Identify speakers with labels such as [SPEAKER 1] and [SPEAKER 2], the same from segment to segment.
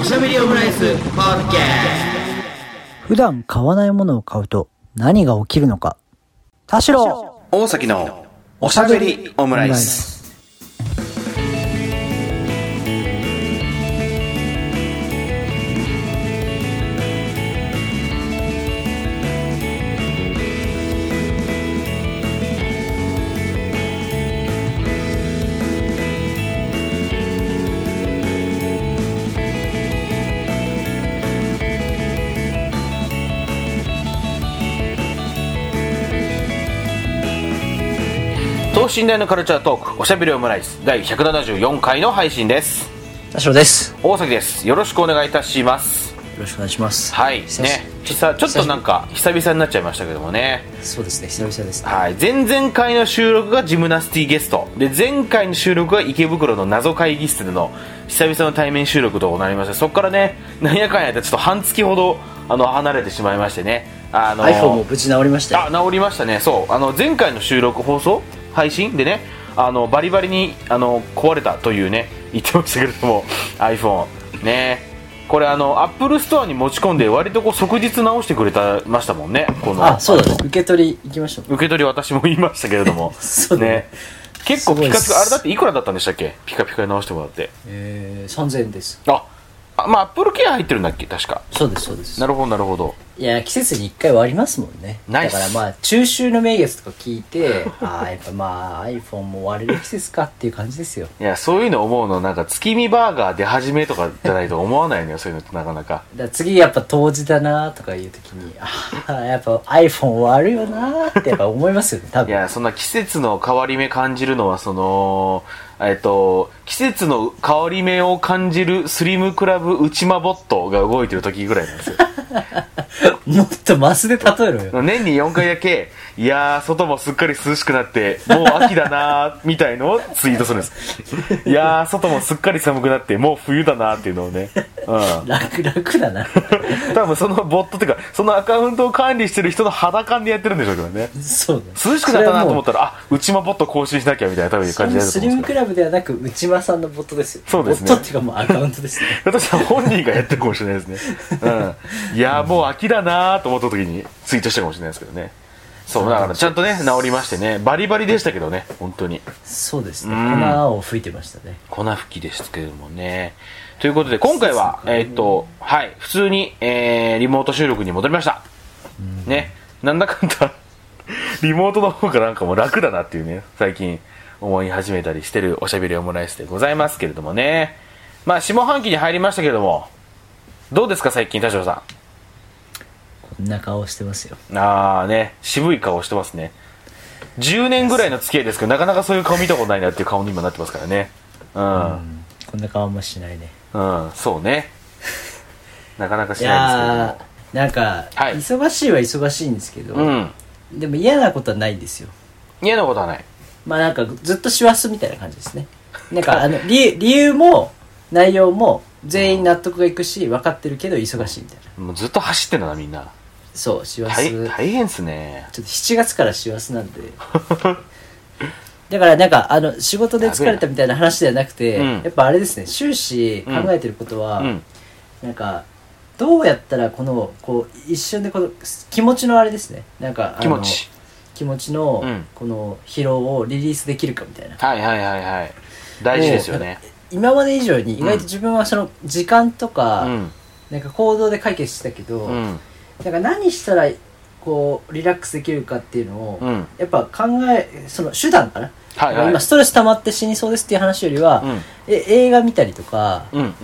[SPEAKER 1] おしゃべりオムライスポッドキャ
[SPEAKER 2] 普段買わないものを買うと何が起きるのか田代
[SPEAKER 3] 大崎のおしゃべりオムライス。等身大のカルチャートークおしゃべりオムライス第174回の配信です
[SPEAKER 2] 田代ですよ
[SPEAKER 3] 大崎ですよろしくお願いいたします
[SPEAKER 2] ろしくお願いします
[SPEAKER 3] はいね
[SPEAKER 2] 久し
[SPEAKER 3] 久ちょっとなんか久々になっちゃいましたけどもね
[SPEAKER 2] そうですね久々ですね
[SPEAKER 3] はい前々回の収録がジムナスティゲストで前回の収録が池袋の謎会議室での久々の対面収録となりましてそこからねなんやかんやでちょっと半月ほどあの離れてしまいましてねあの
[SPEAKER 2] iPhone も無事治りましたよ
[SPEAKER 3] あ治りましたねそうあの前回の収録放送配信でねあのバリバリにあの壊れたというね言ってましたけれども iPhone ねこれあのアップルストアに持ち込んで割とこう即日直してくれたましたもんねこの
[SPEAKER 2] あそうだね受け取り行きましょう
[SPEAKER 3] 受け取り私も言いましたけれども
[SPEAKER 2] そうだね
[SPEAKER 3] 結構ピカピ
[SPEAKER 2] すごいっす
[SPEAKER 3] カあれだっていくらだったんでしたっけピカピカに直してもらって
[SPEAKER 2] えー、3000円です
[SPEAKER 3] ああまあアップルケア入ってるんだっけ確か
[SPEAKER 2] そうですそうです
[SPEAKER 3] なるほどなるほど
[SPEAKER 2] いや季節に1回はありますもんね
[SPEAKER 3] ナイ
[SPEAKER 2] だ
[SPEAKER 3] ス
[SPEAKER 2] からまあ中秋の名月とか聞いてああやっぱまあ iPhone も終われる季節かっていう感じですよ
[SPEAKER 3] いやそういうの思うのなんか月見バーガー出始めとかじゃないと思わないのよそういうのってなかなか
[SPEAKER 2] だから次やっぱ当時だなとかいう時にああやっぱ iPhone 終わるよなってやっぱ思いますよね多
[SPEAKER 3] い
[SPEAKER 2] 分
[SPEAKER 3] や、そんな季節の変わり目感じるのは、その、えっと、季節の変わり目を感じるスリムクラブ内間ボットが動いてる時ぐらいなんですよ。
[SPEAKER 2] もっとマスで例えろよ
[SPEAKER 3] 年に4回だけ、いやー、外もすっかり涼しくなって、もう秋だなー、 みたいのをツイートするんです。いやー、外もすっかり寒くなって、もう冬だなーっていうのをね。 うん。
[SPEAKER 2] 楽楽だな
[SPEAKER 3] 多分そのボットっていうか、そのアカウントを管理してる人の肌感でやってるんでしょうけどね。
[SPEAKER 2] そうだ
[SPEAKER 3] 涼しくなったなと思ったら、あ、内間ボット更新しなきゃみたいな多分いう
[SPEAKER 2] そ
[SPEAKER 3] 感じ
[SPEAKER 2] の
[SPEAKER 3] だと
[SPEAKER 2] ス
[SPEAKER 3] 思うんですけ
[SPEAKER 2] リ
[SPEAKER 3] ど
[SPEAKER 2] ムクラブではなく内間さんのボットですよ
[SPEAKER 3] そうですね
[SPEAKER 2] ボットっていうかもうアカウントですね
[SPEAKER 3] 私は本人がやってるかもしれないですね。うん。いやー、もう秋だなーと思った時にツイートしたかもしれないですけどね。そう、だからちゃんとね、治りましてね、バリバリでしたけどね、本当に。
[SPEAKER 2] そうですね
[SPEAKER 3] うん
[SPEAKER 2] 粉を吹いてましたね
[SPEAKER 3] 粉吹きでしたけれどもね。ということで、今回は、えーっと、はい、普通に、えー、リモート収録に戻りました。ね、なんだかんだ、 リモートの方がなんかもう楽だなっていうね、最近思い始めたりしてるおしゃべりオムライスでございますけれどもね。まあ、下半期に入りましたけれども、どうですか、最近、田代さ
[SPEAKER 2] こんな顔してますよ
[SPEAKER 3] ん。あーね、渋い顔してますね。10年ぐらいの付き合いですけど、なかなかそういう顔見たことないなっていう顔に今なってますからね。うん
[SPEAKER 2] こんな顔もしないね
[SPEAKER 3] うん、そう ね。なかなか
[SPEAKER 2] い
[SPEAKER 3] しない
[SPEAKER 2] や
[SPEAKER 3] で
[SPEAKER 2] ー
[SPEAKER 3] す
[SPEAKER 2] なんか、
[SPEAKER 3] はい
[SPEAKER 2] 忙しいは忙しいんですけど、
[SPEAKER 3] けども。
[SPEAKER 2] でも嫌なことはないんですよ
[SPEAKER 3] うん。嫌なことはない。
[SPEAKER 2] まあなんかずっと師走みたいな感じですね。なんかあの理理由も内容も全員納得がいくし分かってるけど忙しいみたいな。
[SPEAKER 3] もうずっと走ってんだな、みんな。
[SPEAKER 2] そう、師走。ちょ
[SPEAKER 3] 大
[SPEAKER 2] っと
[SPEAKER 3] 大変っすね。
[SPEAKER 2] 7月から師走なんで。 だからなんかあの仕事で疲れたみたいな話ではなくて、
[SPEAKER 3] うん
[SPEAKER 2] やっぱあれですね、終始考えてることは、
[SPEAKER 3] うん。
[SPEAKER 2] なんかどうやったらこのこう一瞬でこの気持ちのあれですね。なんかあの
[SPEAKER 3] 気持ち。
[SPEAKER 2] 気持ちの
[SPEAKER 3] うん
[SPEAKER 2] この疲労をリリースできるかみたいな。
[SPEAKER 3] はいはいはいはい。大事ですよね。
[SPEAKER 2] 今まで以上に意外と自分はその時間と
[SPEAKER 3] う
[SPEAKER 2] か、
[SPEAKER 3] ん。
[SPEAKER 2] なんか行動で解決してたけど、
[SPEAKER 3] うん。
[SPEAKER 2] なんか何したらこうリラックスできるかっていうのを、
[SPEAKER 3] うん。
[SPEAKER 2] やっぱ考えその手段かな、
[SPEAKER 3] はい
[SPEAKER 2] なんか
[SPEAKER 3] はい
[SPEAKER 2] 今。ストレス溜まって死にそうですっていう話よりは、
[SPEAKER 3] うん。
[SPEAKER 2] え映画見たりとか、
[SPEAKER 3] うん。うん。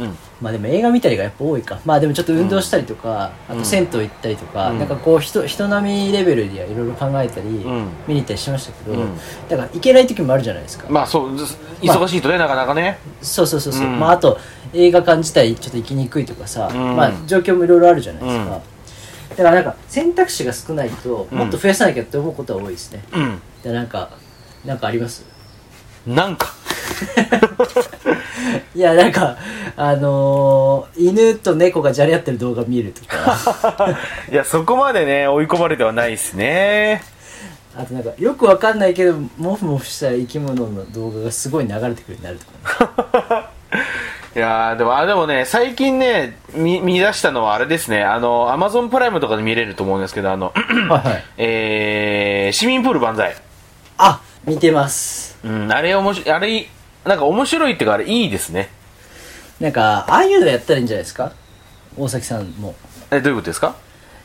[SPEAKER 2] まあでも映画見たりがやっぱ多いかまあでもちょっと運動したりとか、
[SPEAKER 3] うん
[SPEAKER 2] あと銭湯行ったりとか、
[SPEAKER 3] うん
[SPEAKER 2] なんかこう人人並みレベルではいろいろ考えたり、
[SPEAKER 3] うん。
[SPEAKER 2] 見に行ったりしましたけど、
[SPEAKER 3] うん
[SPEAKER 2] だから行けない時もあるじゃないですか、
[SPEAKER 3] まあそう、ず忙しいとね、なかなかね。
[SPEAKER 2] そうそうそうそう、
[SPEAKER 3] うん
[SPEAKER 2] まああと映画館自体ちょっと行きにくいとかさ、
[SPEAKER 3] ん
[SPEAKER 2] まあ状況もいろいろあるじゃないですか、だからなんか選択肢が少ないともっと増やさなきゃって思うことは多いですね、
[SPEAKER 3] うん。
[SPEAKER 2] でなんかなんかあります
[SPEAKER 3] なんか。
[SPEAKER 2] いやなんかあのー犬と猫がじゃれ合ってる動画見るとか
[SPEAKER 3] いや、そこまでね、追い込まれてはないですね。
[SPEAKER 2] あとなんかよくわかんないけどモフモフした生き物の動画がすごい流れてくるようになるとか、ね、
[SPEAKER 3] いいやーでもあでもね最近ね見見出したのはあれですねあのアマゾンプライムとかで見れると思うんですけどあの、
[SPEAKER 2] はいはい。
[SPEAKER 3] えー、市民プール万歳、
[SPEAKER 2] あ、見てます。
[SPEAKER 3] うん、あれ面白いあれなんか面白いっていうかあれいいですね
[SPEAKER 2] なんか、ああいうのやったらいいんじゃないですか大崎さんも。
[SPEAKER 3] えどういうことですか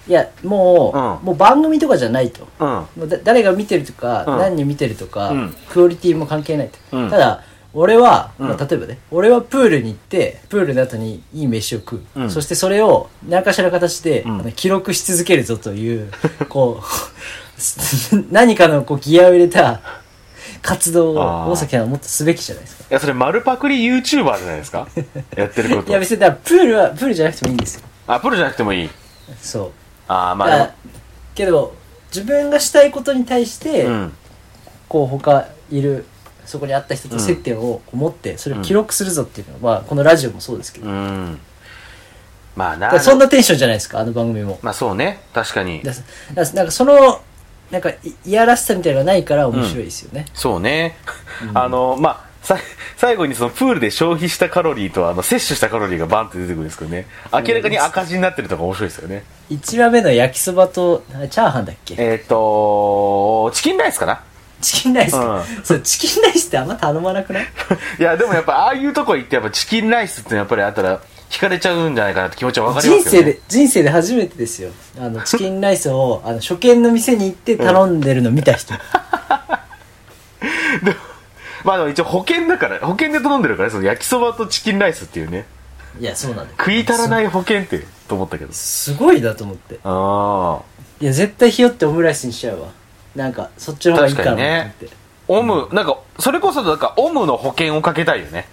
[SPEAKER 2] いや、もう、
[SPEAKER 3] うん
[SPEAKER 2] もう番組とかじゃないと。
[SPEAKER 3] うん
[SPEAKER 2] もうだ誰が見てるとか、
[SPEAKER 3] うん
[SPEAKER 2] 何人見てるとか、
[SPEAKER 3] うん
[SPEAKER 2] クオリティも関係ないと、
[SPEAKER 3] うん
[SPEAKER 2] ただ俺は、
[SPEAKER 3] うん
[SPEAKER 2] まあ、例えばね俺はプールに行ってプールの後にいい飯を食う、
[SPEAKER 3] うん
[SPEAKER 2] そしてそれを何かしらの形で、
[SPEAKER 3] ん
[SPEAKER 2] あの記録し続けるぞという こう 何かのこうギアを入れた活動
[SPEAKER 3] あー
[SPEAKER 2] を大崎はもっとすべきじゃないですか
[SPEAKER 3] いやそれ丸パクリ YouTuber じゃないで すかやってるこ
[SPEAKER 2] いや
[SPEAKER 3] と
[SPEAKER 2] 別にだからプールはプールじゃなくてもいいんですよ
[SPEAKER 3] あプロじゃなくてもいい
[SPEAKER 2] そう、
[SPEAKER 3] ああま
[SPEAKER 2] だか
[SPEAKER 3] あ
[SPEAKER 2] らけど自分がしたいことに対して、
[SPEAKER 3] でもうん
[SPEAKER 2] こう他いるそこにあった人と接点をこう持ってそれを記録するぞっていうのは、まあ、このラジオもそうですけど、
[SPEAKER 3] う
[SPEAKER 2] だ
[SPEAKER 3] んまあ
[SPEAKER 2] から
[SPEAKER 3] な
[SPEAKER 2] そんなテンションじゃないですかあの番組も
[SPEAKER 3] まあそうね確かに
[SPEAKER 2] だからだからなんかそのなんかいいやらしさみたいなのがないから面白いですよね、
[SPEAKER 3] そうね、あのまあさ最後にそのプールで消費したカロリーとあの摂取したカロリーがバンって出てくるんですけどね明らかに赤字になってるとか面白いですよね
[SPEAKER 2] 一1話目の焼きそばとあチャーハンだっけ
[SPEAKER 3] えっ、とチキンライスかな
[SPEAKER 2] チキンライスか、
[SPEAKER 3] う
[SPEAKER 2] そうチキンライスってあんま頼まなくない
[SPEAKER 3] いやでもやっぱああいうとこ行ってやっぱチキンライスってやっぱりあったら惹かれちゃうんじゃないかなって気持ちは分かりま
[SPEAKER 2] 人
[SPEAKER 3] すよ
[SPEAKER 2] 生
[SPEAKER 3] ね
[SPEAKER 2] で人生で初めてですよあ のチキンライスをあの初見の店に行って頼んでるの見た人、
[SPEAKER 3] まあでも一応保険だから保険で頼んでるからねその焼きそばとチキンライスっていうね
[SPEAKER 2] いやそうなんだよ
[SPEAKER 3] 食い足らない保険ってと思ったけど
[SPEAKER 2] すごいなと思って
[SPEAKER 3] ああ
[SPEAKER 2] いや絶対ひよってオムライスにしちゃうわなんかそっちの方がいいかなと
[SPEAKER 3] 確か
[SPEAKER 2] 思
[SPEAKER 3] に
[SPEAKER 2] って、
[SPEAKER 3] オムなんかそれこそなんかオムの保険をかけたいよね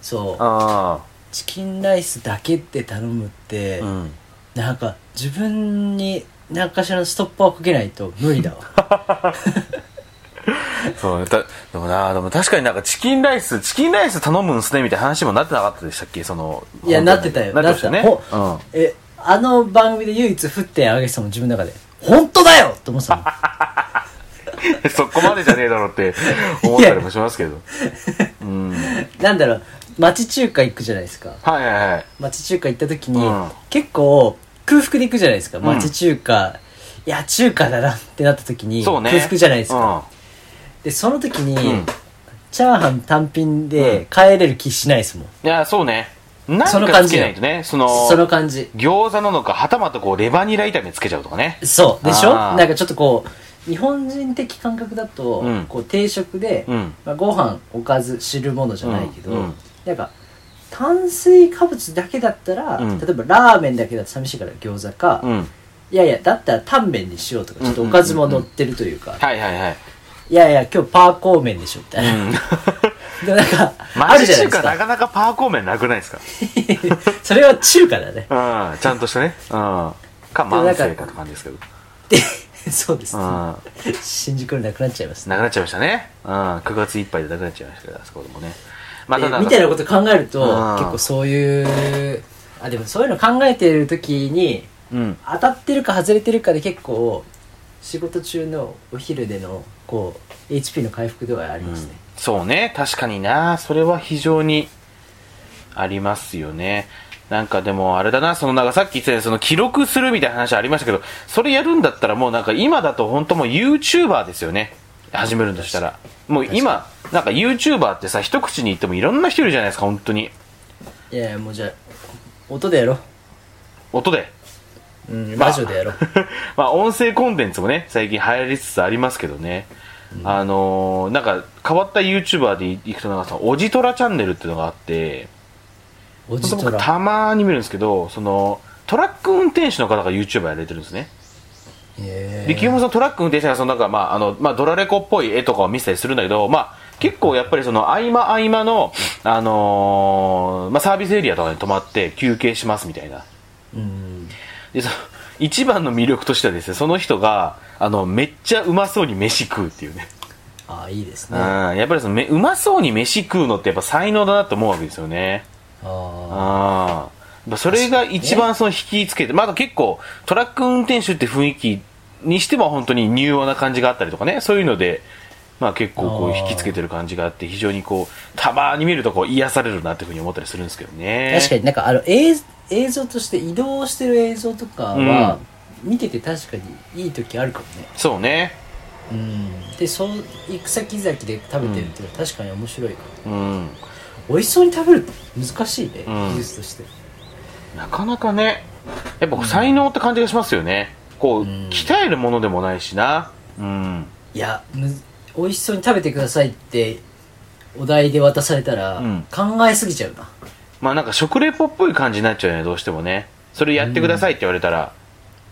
[SPEAKER 2] そう
[SPEAKER 3] あ
[SPEAKER 2] チキンライスだけって頼むって、
[SPEAKER 3] あうん
[SPEAKER 2] なんか自分に何かしらのストッパーをかけないと無理だわ
[SPEAKER 3] そうねたでもなでも確かになんかチキンライスチキンライス頼むんすねみたいな話もなってなかったでしたっけその
[SPEAKER 2] いやなってたよ
[SPEAKER 3] なって
[SPEAKER 2] な
[SPEAKER 3] たね
[SPEAKER 2] ってた
[SPEAKER 3] うん
[SPEAKER 2] えあの番組で唯一振ってあげてたもん自分の中で本当だよって思って たもん
[SPEAKER 3] そこまでじゃねえだろうって思ったりもしますけどうんはい
[SPEAKER 2] なんだろう町中華行くじゃないですか
[SPEAKER 3] はいはい
[SPEAKER 2] 町中華行った時に、
[SPEAKER 3] うん
[SPEAKER 2] 結構空腹で行くじゃないですか町中華、いや中華だなってなった時に、
[SPEAKER 3] そうね
[SPEAKER 2] 空腹じゃないですか、
[SPEAKER 3] うん
[SPEAKER 2] でその時に、
[SPEAKER 3] うん
[SPEAKER 2] チャーハン単品
[SPEAKER 3] うん
[SPEAKER 2] で帰れる気しないですもん、
[SPEAKER 3] いやそうねなん
[SPEAKER 2] その
[SPEAKER 3] か
[SPEAKER 2] 感
[SPEAKER 3] つ
[SPEAKER 2] じ
[SPEAKER 3] けないとねその
[SPEAKER 2] その感じ
[SPEAKER 3] 餃子なのかはたまたこうレバニラ炒めつけちゃうとかね
[SPEAKER 2] そうでしょ
[SPEAKER 3] あー
[SPEAKER 2] なんかちょっとこう日本人的感覚だと、
[SPEAKER 3] うん
[SPEAKER 2] こう定食で、
[SPEAKER 3] うん
[SPEAKER 2] まあ、ご飯おかず汁物じゃないけど、
[SPEAKER 3] うんうん
[SPEAKER 2] なんか炭水化物だけだったら、
[SPEAKER 3] うん
[SPEAKER 2] 例えばラーメンだけだと寂しいから餃子か、
[SPEAKER 3] うん
[SPEAKER 2] いやいやだったらタンメンにしようとかちょっとおかずも乗ってるというか、
[SPEAKER 3] はいはいはい
[SPEAKER 2] いやいや今日パーコーメンでしょみたい な、でもなんかある
[SPEAKER 3] 町
[SPEAKER 2] じゃないです
[SPEAKER 3] 中華な
[SPEAKER 2] か
[SPEAKER 3] かなかパーコーメンなくないですか
[SPEAKER 2] それは中華だね
[SPEAKER 3] うんちゃんとしたねうんか
[SPEAKER 2] もな
[SPEAKER 3] 慢
[SPEAKER 2] んか
[SPEAKER 3] 性かと感じですけど
[SPEAKER 2] でそうです
[SPEAKER 3] う
[SPEAKER 2] ね、
[SPEAKER 3] ん
[SPEAKER 2] 新宿になくなっちゃいますね
[SPEAKER 3] なくなっちゃいましたね。うん。9月いっぱいでなくなっちゃいましたけど、あそこでもね。まあ
[SPEAKER 2] で
[SPEAKER 3] ただ、
[SPEAKER 2] みたいなこと考えると
[SPEAKER 3] うん
[SPEAKER 2] 結構そういうあでもそういうの考えてる時に
[SPEAKER 3] うん。
[SPEAKER 2] 当たってるか外れてるかで結構仕事中のお昼でのこう HP の回復度合いありますね、
[SPEAKER 3] そうね。確かにな。それは非常にありますよね。なんかでも、あれだな。そのなんかさっき言ってたようにその記録するみたいな話ありましたけど、それやるんだったらもうなんか今だと本当もう YouTuber ですよね。始めるんとしたら。もう今、なんか YouTuber ってさ、一口に言ってもいろんな人いるじゃないですか、本当に。
[SPEAKER 2] いやいやもうじゃあ音でやろ
[SPEAKER 3] 音で。
[SPEAKER 2] う、うん、
[SPEAKER 3] まあ
[SPEAKER 2] ラジオでやろう、
[SPEAKER 3] まあ音声コンテンツもね最近流行りつつありますけどね、あのーなんか変わった YouTuber でいくとなんかさおじとらチャンネルっていうのがあって
[SPEAKER 2] おじと
[SPEAKER 3] 僕
[SPEAKER 2] ら
[SPEAKER 3] たまに見るんですけどそのトラック運転手の方が YouTuber やられてるんですね、
[SPEAKER 2] へ
[SPEAKER 3] で基本そのトラック運転手がそのなんか、まああのまあ、ドラレコっぽい絵とかを見せたりするんだけど、まあ、結構やっぱりその合間合間の、あのーまあ、サービスエリアとかに泊まって休憩しますみたいな
[SPEAKER 2] えうん
[SPEAKER 3] でその一番の魅力としてはですねその人があのめっちゃうまそうに飯食うっていうね、
[SPEAKER 2] ああいいです
[SPEAKER 3] うん、
[SPEAKER 2] ねあ
[SPEAKER 3] やっぱりそのめうまそうに飯食うのってやっぱ才能だなと思うわけですよね
[SPEAKER 2] あ
[SPEAKER 3] ああそれが一番その引きつけて、まだ結構トラック運転手って雰囲気にしても本当に柔和な感じがあったりとかねそういうのでまあ、結構こ
[SPEAKER 2] あ
[SPEAKER 3] う
[SPEAKER 2] ー
[SPEAKER 3] 引きつけてる感じがあって非常にこうたまに見るとこう癒されるなっていうふうに思ったりするんですけどね
[SPEAKER 2] 確かになんかあの映映像として移動してる映像とかは、見てて確かにいい時あるかもね
[SPEAKER 3] そうね
[SPEAKER 2] うんでそう行く先々で食べてるっていうのは確かに面白いかも、
[SPEAKER 3] うん
[SPEAKER 2] 美味しそうに食べるって難しいね、
[SPEAKER 3] うん
[SPEAKER 2] 技術として
[SPEAKER 3] なかなかねやっぱこう才能って感じがしますよねこう
[SPEAKER 2] うん
[SPEAKER 3] 鍛えるものでもないしなうん
[SPEAKER 2] いやむず美味しそうに食べてくださいってお題で渡されたら、
[SPEAKER 3] うん
[SPEAKER 2] 考えすぎちゃうな
[SPEAKER 3] まあなんか食レポっぽい感じになっちゃうよねどうしてもねそれやってくださいって言われたら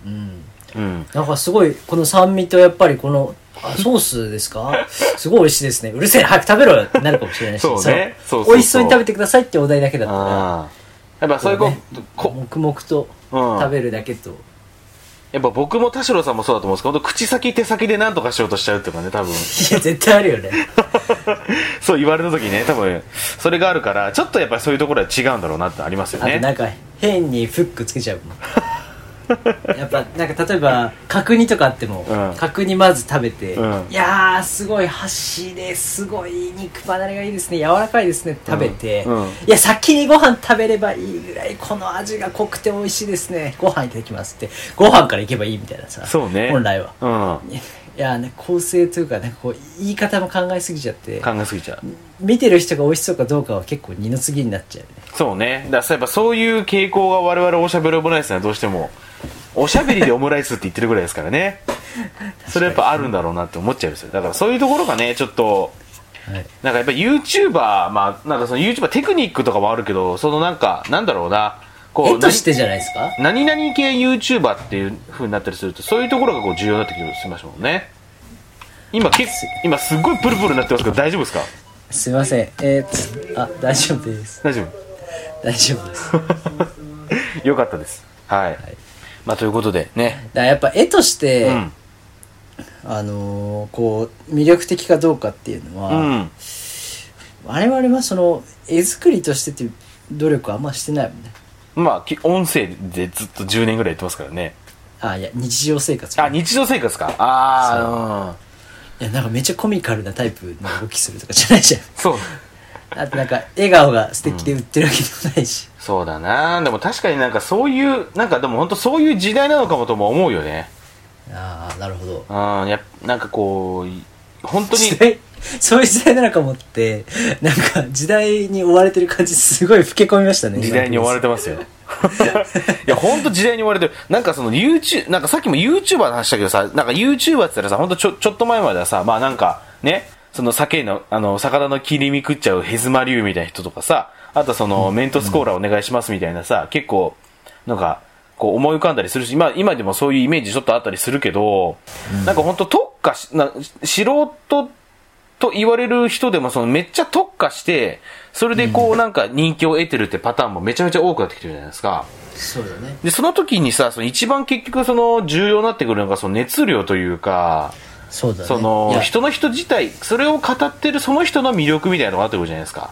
[SPEAKER 2] うん
[SPEAKER 3] うん
[SPEAKER 2] なんかすごいこの酸味とやっぱりこのあソースです かすごい美味しいですねうるせえ早く食べろよってなるかもしれないし
[SPEAKER 3] そうね
[SPEAKER 2] その
[SPEAKER 3] そうそうそう
[SPEAKER 2] 美味しそうに食べてくださいってお題だけだったら
[SPEAKER 3] ああやっぱそういうこうこ
[SPEAKER 2] 黙々と
[SPEAKER 3] うん
[SPEAKER 2] 食べるだけと、
[SPEAKER 3] やっぱ僕も田代さんもそうだと思うんですけど本当口先手先で何とかしようとしちゃうとかね多分
[SPEAKER 2] いや絶対あるよね
[SPEAKER 3] そう言われた時にね多分それがあるからちょっとやっぱりそういうところは違うんだろうなってありますよ
[SPEAKER 2] あとな
[SPEAKER 3] ね
[SPEAKER 2] んか変にフックつけちゃうもん やっぱなんか例えば角煮とかあっても、
[SPEAKER 3] うん
[SPEAKER 2] 角煮まず食べて、
[SPEAKER 3] うん
[SPEAKER 2] いやーすごい箸ですごい肉離れがいいですね柔らかいですねって食べて、
[SPEAKER 3] うんうん
[SPEAKER 2] いや先にご飯食べればいいぐらいこの味が濃くて美味しいですねご飯いただきますってご飯からいけばいいみたいなさ
[SPEAKER 3] そうね
[SPEAKER 2] 本来は
[SPEAKER 3] うん
[SPEAKER 2] いやね構成というかなんかこう言い方も考えすぎちゃって
[SPEAKER 3] 考えすぎちゃう
[SPEAKER 2] 見てる人が美味しそうかどうかは結構二の次になっちゃうよね
[SPEAKER 3] そうねだからやっぱそういう傾向が我々おしゃべりオムライスにはどうしてもおしゃべりでオムライスって言ってるぐらいですからねそれやっぱあるんだろうなって思っちゃいますよだからそういうところがねちょっと
[SPEAKER 2] はい
[SPEAKER 3] なんかやっぱ YouTuber まあなんかその YouTuber テクニックとかもあるけどそのなんかなんだろうなこう
[SPEAKER 2] 絵としてじゃないですか
[SPEAKER 3] 何々系 YouTuber っていう風になったりするとそういうところがこう重要になってきてしましもんね今け今すっごいプルプルになってますけど大丈夫ですか
[SPEAKER 2] すいませんえー、つあ大丈夫です
[SPEAKER 3] 大丈夫
[SPEAKER 2] 大丈夫ですだか
[SPEAKER 3] よかったですはい、まあということでね
[SPEAKER 2] らやっぱ絵として、
[SPEAKER 3] うん
[SPEAKER 2] あのーこう魅力的かどうかっていうのは、
[SPEAKER 3] うん
[SPEAKER 2] 我々はその絵作りとしてっていう努力はあんましてないもんね
[SPEAKER 3] まあき音声でずっと10年ぐらいやってますからね
[SPEAKER 2] あいや日常生活
[SPEAKER 3] あ日常生活かああ
[SPEAKER 2] いやなんかめっちゃコミカルなタイプの動きするとかじゃないじゃん
[SPEAKER 3] そう
[SPEAKER 2] あとなんか笑顔が素敵で売ってるわけでもないし、
[SPEAKER 3] そうだなでも確かになんかそういうなんかでも本当そういう時代なのかもとも思うよね
[SPEAKER 2] ああなるほど
[SPEAKER 3] うんやっなんかこう本当に
[SPEAKER 2] 時代 そういう時代なのかもってなんか時代に追われてる感じすごい老け込みましたね
[SPEAKER 3] 時代に追われてますよいや本当時代に追われてるなんかその YouTube なんかさっきも YouTuber の話だけどさなんか YouTuber って言ったらさ本当ちょちょっと前まではさまあなんかねその鮭のあの魚の切り身食っちゃうヘズマリュウみたいな人とかさあとそのメントスコーラお願いしますみたいなさ結構なんかこう思い浮かんだりするし今今でもそういうイメージちょっとあったりするけど、なんか本当特化しな素人と言われる人でもそのめっちゃ特化して、それでこうなんか人気を得てるってパターンもめちゃめちゃ多くなってきてるじゃないですか。
[SPEAKER 2] そうだね
[SPEAKER 3] で、その時にさ、その一番結局その重要になってくるのがその熱量というか、
[SPEAKER 2] そうだね
[SPEAKER 3] そ
[SPEAKER 2] い
[SPEAKER 3] の
[SPEAKER 2] や
[SPEAKER 3] 人の人自体、それを語ってるその人の魅力みたいなのがあってくるじゃないですか。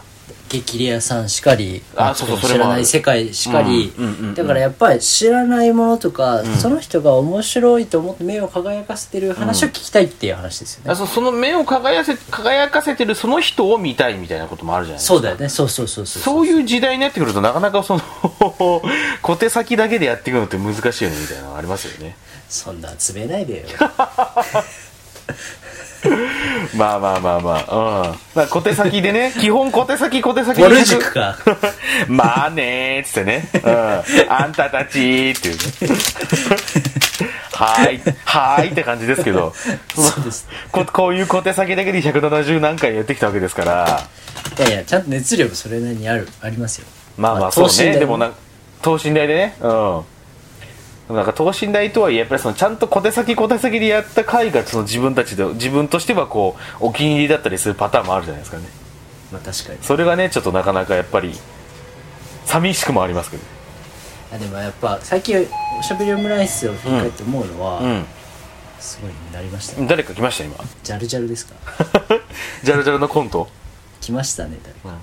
[SPEAKER 2] 激レアさんしかり
[SPEAKER 3] あそうそうそれ
[SPEAKER 2] 知
[SPEAKER 3] も
[SPEAKER 2] ら
[SPEAKER 3] あ
[SPEAKER 2] な
[SPEAKER 3] る
[SPEAKER 2] い世界しかり、
[SPEAKER 3] うんうんうんうん
[SPEAKER 2] だからやっぱり知らないものとか、その人が面白いと思って目を輝かせてる話を聞きたいっていう話ですよね、
[SPEAKER 3] あそその目を輝せ輝かせてるその人を見たいみたいなこともあるじゃないですか。
[SPEAKER 2] そうだよねそうそうそうそう
[SPEAKER 3] そういう時代になってくるとなかなかその 小手先だけでやっていくのって難しいよねみたいなのがありますよね。
[SPEAKER 2] そんな集めないでよ
[SPEAKER 3] まあまあまあまあ、うん。まあ小手先でね、 基本小手先小手先
[SPEAKER 2] ぼる塾 か
[SPEAKER 3] まあねーっつってね、うん。あんたたちーっていうね。 はーい、はーいって感じですけど、
[SPEAKER 2] そうです
[SPEAKER 3] ここういう小手先だけで170何回やってきたわけですから、
[SPEAKER 2] いやいやちゃんと熱量もそれなりにあるありますよ
[SPEAKER 3] まあまあそう
[SPEAKER 2] 等身
[SPEAKER 3] ね、
[SPEAKER 2] 大
[SPEAKER 3] でもなん等身大でね、うん。なんか等身大とはいえ、やっぱりそのちゃんと小手先小手先でやった回がその自分たちで、自分としてはこう、お気に入りだったりするパターンもあるじゃないですかね。
[SPEAKER 2] まあ確かに
[SPEAKER 3] それがねちょっとなかなかやっぱり寂しくもありますけど
[SPEAKER 2] あでもやっぱ最近おしゃべりオムライスを振り返って思うのは、
[SPEAKER 3] う
[SPEAKER 2] すごいなりましたね
[SPEAKER 3] ん誰か来ました今
[SPEAKER 2] ジャルジャルですか
[SPEAKER 3] ジャルジャルのコント
[SPEAKER 2] 来ましたね誰か
[SPEAKER 3] は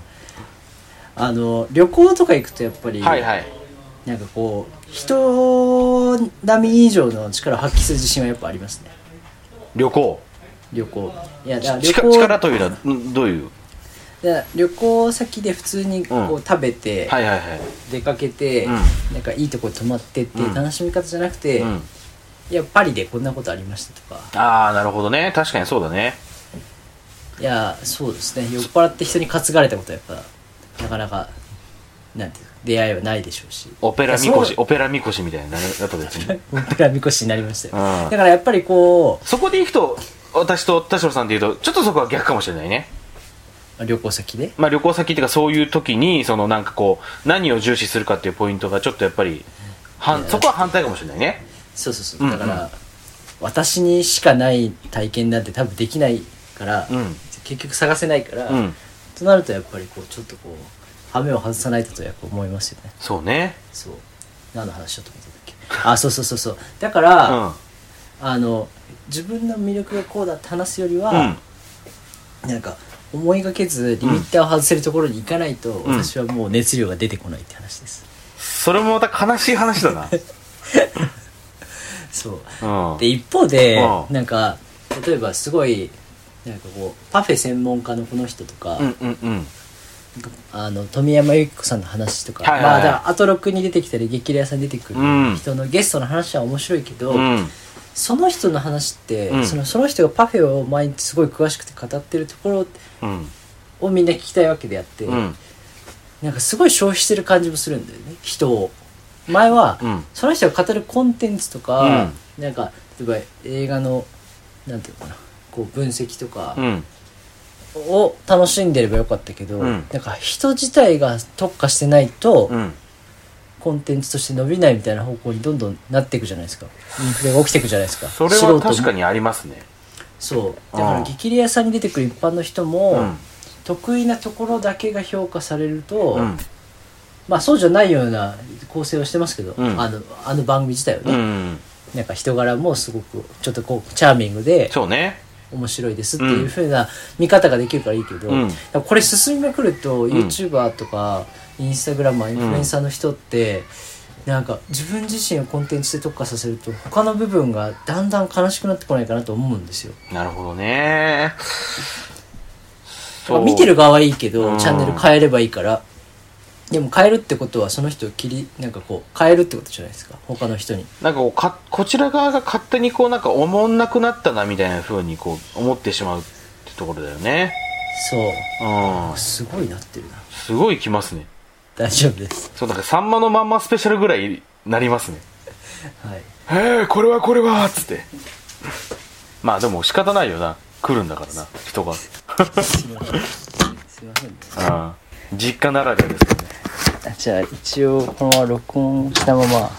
[SPEAKER 2] あの旅行とか行くとやっぱり、
[SPEAKER 3] いはい
[SPEAKER 2] なんかこう人並み以上の力を発揮する自信はやっぱありますね
[SPEAKER 3] 旅行
[SPEAKER 2] 旅行いやだから旅
[SPEAKER 3] ち
[SPEAKER 2] 行
[SPEAKER 3] 力というのはんどういう
[SPEAKER 2] いや旅行先で普通にこ
[SPEAKER 3] うん
[SPEAKER 2] う食べて、
[SPEAKER 3] はいはいはい
[SPEAKER 2] 出かけて、
[SPEAKER 3] うん
[SPEAKER 2] なんかいいとこ泊まってって
[SPEAKER 3] うん
[SPEAKER 2] 楽しみ方じゃなくて、
[SPEAKER 3] うん
[SPEAKER 2] いやパリでこんなことありましたとか
[SPEAKER 3] ああなるほどね確かにそうだね
[SPEAKER 2] いやそうですね酔っ払って人に担がれたことはやっぱなかなかなんていうか出会いはないでしょうし
[SPEAKER 3] オペラみ
[SPEAKER 2] い
[SPEAKER 3] こ
[SPEAKER 2] や
[SPEAKER 3] し
[SPEAKER 2] そう
[SPEAKER 3] オペラみこしみたいになるだと別 に
[SPEAKER 2] オペラみこしになりましたよ、
[SPEAKER 3] う
[SPEAKER 2] だ
[SPEAKER 3] ん
[SPEAKER 2] からやっぱりこ
[SPEAKER 3] そこで行くと私と田代さんで言うとちょっとそこは逆かもしれないね
[SPEAKER 2] う旅行先で
[SPEAKER 3] まあ旅行先っていうかそういう時にそのなんかこう何を重視するかっていうポイントがちょっとやっぱりはんそこは反対かもしれないね
[SPEAKER 2] そうそう
[SPEAKER 3] う
[SPEAKER 2] そ
[SPEAKER 3] ん
[SPEAKER 2] う
[SPEAKER 3] うん
[SPEAKER 2] だから、私にしかない体験なんて多分できないから、
[SPEAKER 3] うん
[SPEAKER 2] 結局探せないから、
[SPEAKER 3] うん
[SPEAKER 2] となるとやっぱりこうちょっとこう羽目を外さないととやっぱ思いますよね
[SPEAKER 3] そうね
[SPEAKER 2] そう何の話だと思ったんだっけ あそうそうそうそうだから、
[SPEAKER 3] うん
[SPEAKER 2] あの自分の魅力がこうだって話すより
[SPEAKER 3] う
[SPEAKER 2] は
[SPEAKER 3] ん、
[SPEAKER 2] なんか思いがけずリミッターを外せるところに行かないと、
[SPEAKER 3] ん
[SPEAKER 2] 私はもう熱量が出てこないって話です、
[SPEAKER 3] それもまた悲しい話だな
[SPEAKER 2] そう
[SPEAKER 3] うん
[SPEAKER 2] で一方で、
[SPEAKER 3] うん
[SPEAKER 2] なんか例えばすごいなんかこうパフェ専門家のこの人とか、
[SPEAKER 3] うんうんうん
[SPEAKER 2] あの富山由紀子さんの話とか、
[SPEAKER 3] はいはいは
[SPEAKER 2] ま
[SPEAKER 3] い
[SPEAKER 2] あだからアトロックに出てきたり激レアさんに出てく
[SPEAKER 3] うん
[SPEAKER 2] る人のゲストの話は面白いけど、
[SPEAKER 3] うん
[SPEAKER 2] その人の話って、
[SPEAKER 3] うん
[SPEAKER 2] そのその人がパフェを毎日すごい詳しくて語ってるところ
[SPEAKER 3] うん
[SPEAKER 2] をみんな聞きたいわけであって、
[SPEAKER 3] うん
[SPEAKER 2] なんかすごい消費してる感じもするんだよね人を前は、
[SPEAKER 3] うん
[SPEAKER 2] その人が語るコンテンツとか、なんか例えば映画のなんていうのかなこう分析とか
[SPEAKER 3] うん
[SPEAKER 2] を楽しんでればよかったけど、
[SPEAKER 3] うん
[SPEAKER 2] なんか人自体が特化してないと、
[SPEAKER 3] うん
[SPEAKER 2] コンテンツとして伸びないみたいな方向にどんどんなっていくじゃないですかインフレが起きていくじゃないですか
[SPEAKER 3] それは
[SPEAKER 2] 素
[SPEAKER 3] 確
[SPEAKER 2] 人
[SPEAKER 3] か
[SPEAKER 2] も
[SPEAKER 3] にありますね
[SPEAKER 2] そうだか
[SPEAKER 3] う
[SPEAKER 2] ら
[SPEAKER 3] ん
[SPEAKER 2] 激レアさんに出てくる一般の人も、
[SPEAKER 3] うん
[SPEAKER 2] 得意なところだけが評価されると、
[SPEAKER 3] うん
[SPEAKER 2] まあそうじゃないような構成をしてますけど、
[SPEAKER 3] うん
[SPEAKER 2] あのあの番組自体は
[SPEAKER 3] う
[SPEAKER 2] ね、
[SPEAKER 3] ん
[SPEAKER 2] なんか人柄もすごくちょっとこうチャーミングで
[SPEAKER 3] そうね
[SPEAKER 2] 面白いですっていうふうな見方ができるからいいけど、
[SPEAKER 3] うん
[SPEAKER 2] だからこれ進みまくると、
[SPEAKER 3] ん
[SPEAKER 2] YouTuber とかインスタグラマーインフルエンサーの人って、なんか自分自身をコンテンツで特化させると他の部分がだんだん悲しくなってこないかなと思うんですよ。
[SPEAKER 3] なるほどね
[SPEAKER 2] まあ見てる側はいいけ
[SPEAKER 3] うん
[SPEAKER 2] どチャンネル変えればいいからでも変えるってことはその人を切りなんかこう変えるってことじゃないですか他の人に
[SPEAKER 3] なんかこうかこちら側が勝手にこうなんか思んなくなったなみたいな風にこう思ってしまうってところだよね
[SPEAKER 2] そう
[SPEAKER 3] うん
[SPEAKER 2] あすごいなってるな
[SPEAKER 3] すごいきますね
[SPEAKER 2] 大丈夫です
[SPEAKER 3] そうなんかさんまのまんまスペシャルぐらいなりますね
[SPEAKER 2] はい
[SPEAKER 3] へえこれはこれはっつってまあでも仕方ないよな来るんだからな人が
[SPEAKER 2] すいませんすいませんね
[SPEAKER 3] うん実家ならではですからね
[SPEAKER 2] あじゃあ一応このまま録音したまま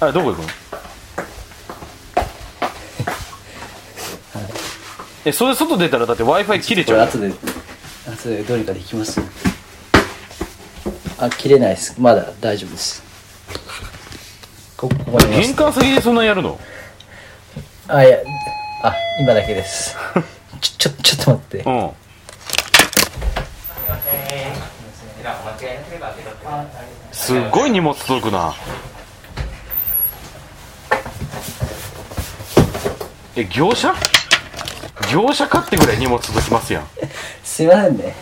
[SPEAKER 3] あれどこ行くのえそれ外出たらだって w i f i 切れ
[SPEAKER 2] こ
[SPEAKER 3] ち
[SPEAKER 2] れ
[SPEAKER 3] ゃう
[SPEAKER 2] 後で後でどうにかできますあ切れないですまだ大丈夫ですこここまでます
[SPEAKER 3] 玄関先でそんなやるの
[SPEAKER 2] あいやあ今だけですちょちょちょっと待って
[SPEAKER 3] うんすっごい荷物届くなえ業者業者かってぐらい荷物届きますやん
[SPEAKER 2] すいませんね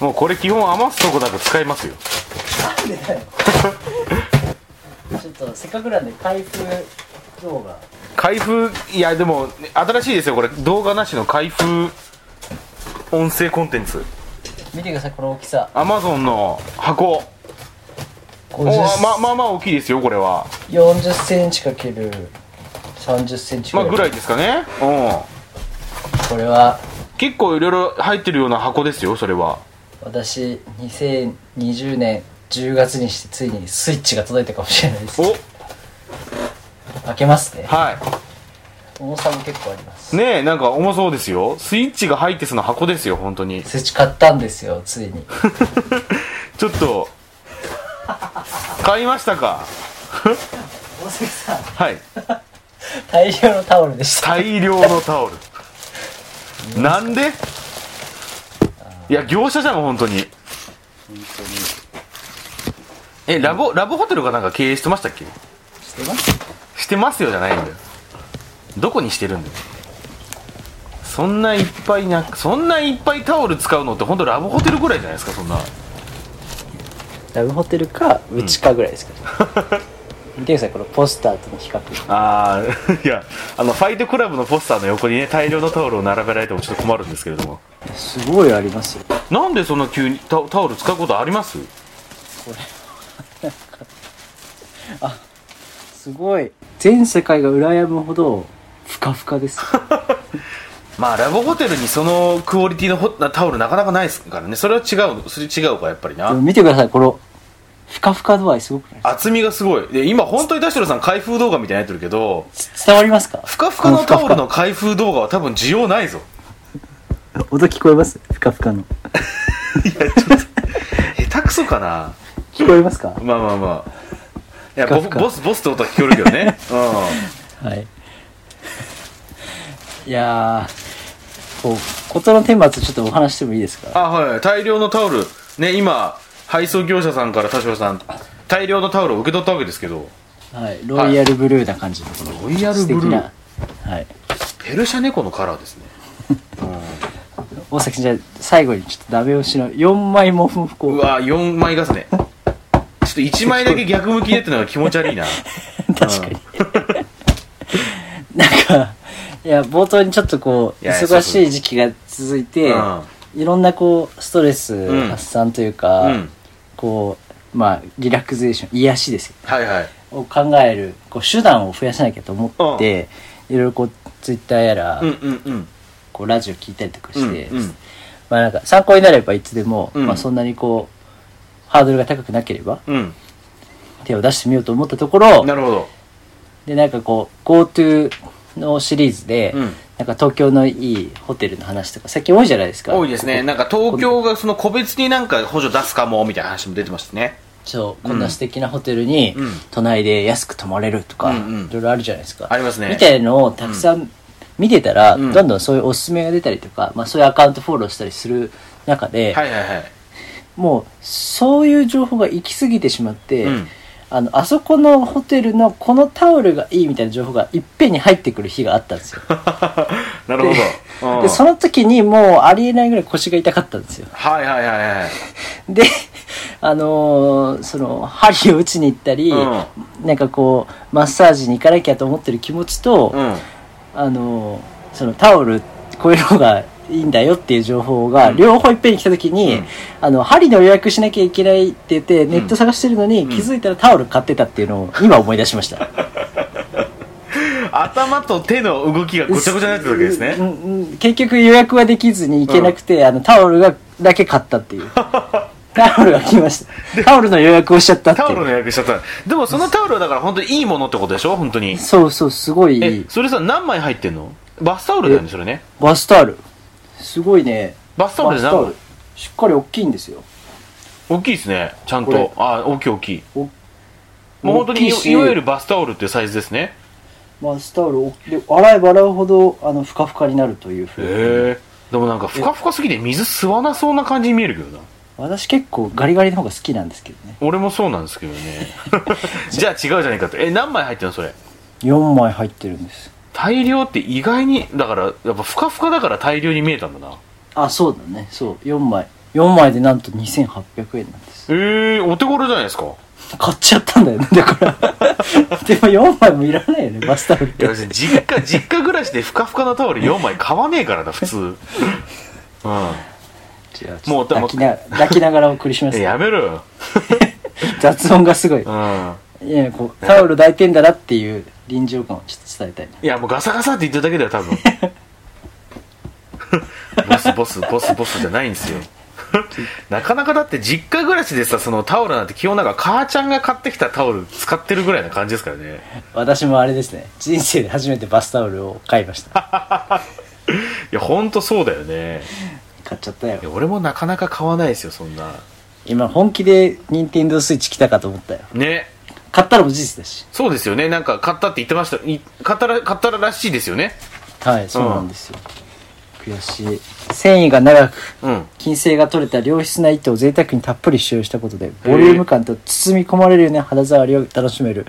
[SPEAKER 3] もうこれ基本余すとこなく使いますよ
[SPEAKER 2] ちょっとせっかくなんで開封動画
[SPEAKER 3] 開封いやでも新しいですよこれ動画なしの開封音声コンテンツ
[SPEAKER 2] 見てくださいこの大きさ
[SPEAKER 3] Amazon の箱
[SPEAKER 2] 50
[SPEAKER 3] おあままあまあ大きいですよこれは
[SPEAKER 2] 40センチかける30センチ
[SPEAKER 3] まあ
[SPEAKER 2] ぐ
[SPEAKER 3] ぐ
[SPEAKER 2] ら
[SPEAKER 3] ら
[SPEAKER 2] い,、
[SPEAKER 3] いですかねうん
[SPEAKER 2] これは
[SPEAKER 3] 結構いろいろ入ってるような箱ですよそれは
[SPEAKER 2] 私2020年10月にしてついにスイッチが届いたかもしれないです
[SPEAKER 3] お
[SPEAKER 2] 開けますね
[SPEAKER 3] は
[SPEAKER 2] 重さも結構あります
[SPEAKER 3] いねえなんか重そうですよスイッチが入ってその箱ですよ本当 に
[SPEAKER 2] スイッチ買ったんですよついに
[SPEAKER 3] ちょっと買いましたか
[SPEAKER 2] 大関さん
[SPEAKER 3] はい
[SPEAKER 2] 大量のタオルでした
[SPEAKER 3] 大量のタオルなんでいや業者じゃん本当にえラボラボホテルかなんか経営してましたっけ
[SPEAKER 2] してます
[SPEAKER 3] してますよじゃないんだよどこにしてるんだよそんないっぱいなそんないっぱいタオル使うのって本当ラブホテルぐらいじゃないですかそんな
[SPEAKER 2] ラブホテルかうちかぐらいですけど、 見てくださいこのポスターとの比較
[SPEAKER 3] ああいやあのファイトクラブのポスターの横にね大量のタオルを並べられてもちょっと困るんですけれども
[SPEAKER 2] すごいありますよこ
[SPEAKER 3] なんでそんな急にタタオル使うことあります
[SPEAKER 2] れなんかあすごい全世界が羨むほどふかふか です
[SPEAKER 3] まあラブホテルにそのクオリティのホタオルなかなかないですからねそれは違うそれ違うかやっぱり
[SPEAKER 2] でも
[SPEAKER 3] な
[SPEAKER 2] 見てくださいこのふかふか度合いすごくない
[SPEAKER 3] 厚みがすごいで今本当にダシロさん開封動画みたいになってるけど
[SPEAKER 2] つ伝わりますか
[SPEAKER 3] ふかふかのタオル
[SPEAKER 2] こ
[SPEAKER 3] の開封動画は多分需要ないぞ
[SPEAKER 2] ふかふか音聞こえますふかふかの
[SPEAKER 3] 下手くそかな
[SPEAKER 2] 聞こえますか
[SPEAKER 3] まあまあまあいや
[SPEAKER 2] ふか
[SPEAKER 3] ボ
[SPEAKER 2] ふか
[SPEAKER 3] ボスボスって音は聞こえるけど ねう
[SPEAKER 2] はい。いやー、こう、ことの顛末ちょっとお話してもいいです
[SPEAKER 3] ん
[SPEAKER 2] か
[SPEAKER 3] あはい大量のタオルね今配送業者さんから田代さん大量のタオルを受け取ったわけですけど
[SPEAKER 2] はい。ロイヤルブルーな感じの、この、
[SPEAKER 3] ロイヤルブ
[SPEAKER 2] 素
[SPEAKER 3] ルー
[SPEAKER 2] 敵な。はい。
[SPEAKER 3] ペルシャ猫のカラーですね、
[SPEAKER 2] 大崎さん、じゃあ最後にちょっとダメ押しの4枚もふもふ
[SPEAKER 3] う
[SPEAKER 2] こう。
[SPEAKER 3] わ4枚重ねちょっと1枚だけ逆向きでってのが気持ち悪 いな
[SPEAKER 2] 確かに。 なんか、いや、冒頭にちょっとこう、
[SPEAKER 3] いやいや
[SPEAKER 2] 忙しい時期が続いて、いろんなこう、ストレス
[SPEAKER 3] うん
[SPEAKER 2] 発散という
[SPEAKER 3] う
[SPEAKER 2] か、
[SPEAKER 3] ん、うん、
[SPEAKER 2] こう、まあ、リラクゼーション、癒しですよ
[SPEAKER 3] はいはい
[SPEAKER 2] を考えるこう手段を増やさなきゃと思って、いろいろこうツイッターやら、
[SPEAKER 3] うんうんうん
[SPEAKER 2] こうラジオ聞いたりとかして、
[SPEAKER 3] うんうん
[SPEAKER 2] まあなんか参考になればいつでも、
[SPEAKER 3] うん
[SPEAKER 2] まあそんなにこうハードルが高くなければ
[SPEAKER 3] うん
[SPEAKER 2] 手を出してみようと思ったところ
[SPEAKER 3] なるほど
[SPEAKER 2] でなんかこう GoTo のシリーズで、
[SPEAKER 3] うん
[SPEAKER 2] なんか東京のいいホテルの話とか最近多いじゃないですか
[SPEAKER 3] 多いですね
[SPEAKER 2] こ
[SPEAKER 3] なんか東京がその個別になんか補助出すかもみたいな話も出てましたね
[SPEAKER 2] そう
[SPEAKER 3] うん
[SPEAKER 2] こんな素敵なホテルに、
[SPEAKER 3] うん
[SPEAKER 2] 都内で安く泊まれるとか、
[SPEAKER 3] うんうん
[SPEAKER 2] いろいろあるじゃないですか
[SPEAKER 3] ありますね
[SPEAKER 2] みたいのをたくさん見てたら、
[SPEAKER 3] うん
[SPEAKER 2] どんどんそういうおすすめが出たりとか、まあ、そういうアカウントフォローしたりする中で、
[SPEAKER 3] はいはいはい
[SPEAKER 2] もうそういう情報が行き過ぎてしまって、
[SPEAKER 3] うん
[SPEAKER 2] あのあそこのホテルのこのタオルがいいみたいな情報がいっぺんに入ってくる日があったんですよ
[SPEAKER 3] なるほど。うん
[SPEAKER 2] でその時にもうありえないぐらい腰が痛かったんですよ
[SPEAKER 3] はいはいはいはい。
[SPEAKER 2] で、 あのーその、針を打ちに行ったり、
[SPEAKER 3] うん
[SPEAKER 2] なんかこう、マッサージに行かなきゃと思ってる気持ちと、
[SPEAKER 3] うん。
[SPEAKER 2] あのーそのタオル、こういうのがいいんだよっていう情報が、
[SPEAKER 3] うん
[SPEAKER 2] 両方いっぺんに来た時に、
[SPEAKER 3] うん
[SPEAKER 2] あの、針の予約しなきゃいけないって言って、ネット探してるのに、
[SPEAKER 3] ん
[SPEAKER 2] 気づいたらタオル買ってたっていうのを、今思い出しました。
[SPEAKER 3] 頭と手の動きが ごちゃごちゃになってるわけです
[SPEAKER 2] う
[SPEAKER 3] ね。
[SPEAKER 2] んうん結局予約はできずに行けなくて、あの、タオルが、だけ買ったって いう。タオルが来ました。タオルの予約をしちゃったってい
[SPEAKER 3] タ
[SPEAKER 2] う。
[SPEAKER 3] オルの予約しちゃった。でもそのタオルはだから本当にいいものってことでしょ本当に。
[SPEAKER 2] そうそう、すごいい
[SPEAKER 3] え
[SPEAKER 2] い、。
[SPEAKER 3] それさ、何枚入ってんのバスタオルだよね、それね。
[SPEAKER 2] バスタオル。すごいね。
[SPEAKER 3] バスタオルで何枚
[SPEAKER 2] しっかり大きいんですよ。
[SPEAKER 3] 大きいですね。ちゃん
[SPEAKER 2] これ
[SPEAKER 3] と。あ、大きい大きい。
[SPEAKER 2] お
[SPEAKER 3] もう本当にい
[SPEAKER 2] 大きいし
[SPEAKER 3] いわゆるバスタオルっていうサイズですね。
[SPEAKER 2] バスタオル大きいで、洗えば洗うほど、あの、ふかふかになるというふうに。
[SPEAKER 3] へえ。でもなんかふかふかすぎて水吸わなそうな感じに見えるけどな。
[SPEAKER 2] 私結構ガリガリの方が好きなんですけどね。
[SPEAKER 3] 俺もそうなんですけど ね。じゃあ違うじゃないかって。え、何枚入ってんのそれ。
[SPEAKER 2] 4枚入ってるんです。
[SPEAKER 3] 大量って意外にだからやっぱふかふかだから大量に見えたんだな
[SPEAKER 2] あ、そうだね。そう。4枚。4枚でなんと2800円なんです。
[SPEAKER 3] ええお手頃じゃないですか
[SPEAKER 2] 買っちゃったんだよね。 だから。でも4枚もいらないよね、バスタオルっ
[SPEAKER 3] いや
[SPEAKER 2] て。
[SPEAKER 3] 別に実家 実家暮らしでふかふかのタオル4枚買わねえからな普通うんも
[SPEAKER 2] も
[SPEAKER 3] う
[SPEAKER 2] う
[SPEAKER 3] で
[SPEAKER 2] 抱
[SPEAKER 3] も
[SPEAKER 2] きな、抱きながらお送りしま
[SPEAKER 3] え
[SPEAKER 2] す。
[SPEAKER 3] やめろよ
[SPEAKER 2] 雑音がすごい。
[SPEAKER 3] うん
[SPEAKER 2] いやこうタオル抱いてんだなっていう臨場感をちょっと伝えたいない
[SPEAKER 3] やもうガサガサって言ってるだけだよ多分 ボスボスボスボスじゃないんですよ なかなかだって実家暮らしでさそのタオルなんて基本なんか母ちゃんが買ってきたタオル使ってるぐらいな感じですからね
[SPEAKER 2] 私もあれですね人生で初めてバスタオルを買いました
[SPEAKER 3] いやほんとそうだよね
[SPEAKER 2] 買っちゃった
[SPEAKER 3] いや
[SPEAKER 2] よ
[SPEAKER 3] 俺もなかなか買わないですよそんな
[SPEAKER 2] 今本気で任天堂スイッチ来たかと思ったよ
[SPEAKER 3] ね
[SPEAKER 2] 買ったらも事実だし
[SPEAKER 3] そうですよねなんか買ったって言ってましたい買ったら買ったららしいですよね
[SPEAKER 2] はいそうなんですよ、よし繊維が長く
[SPEAKER 3] うん
[SPEAKER 2] 金星が取れた良質な糸を贅沢にたっぷり使用したことでボリューム感と包み込まれるような肌触りを楽しめる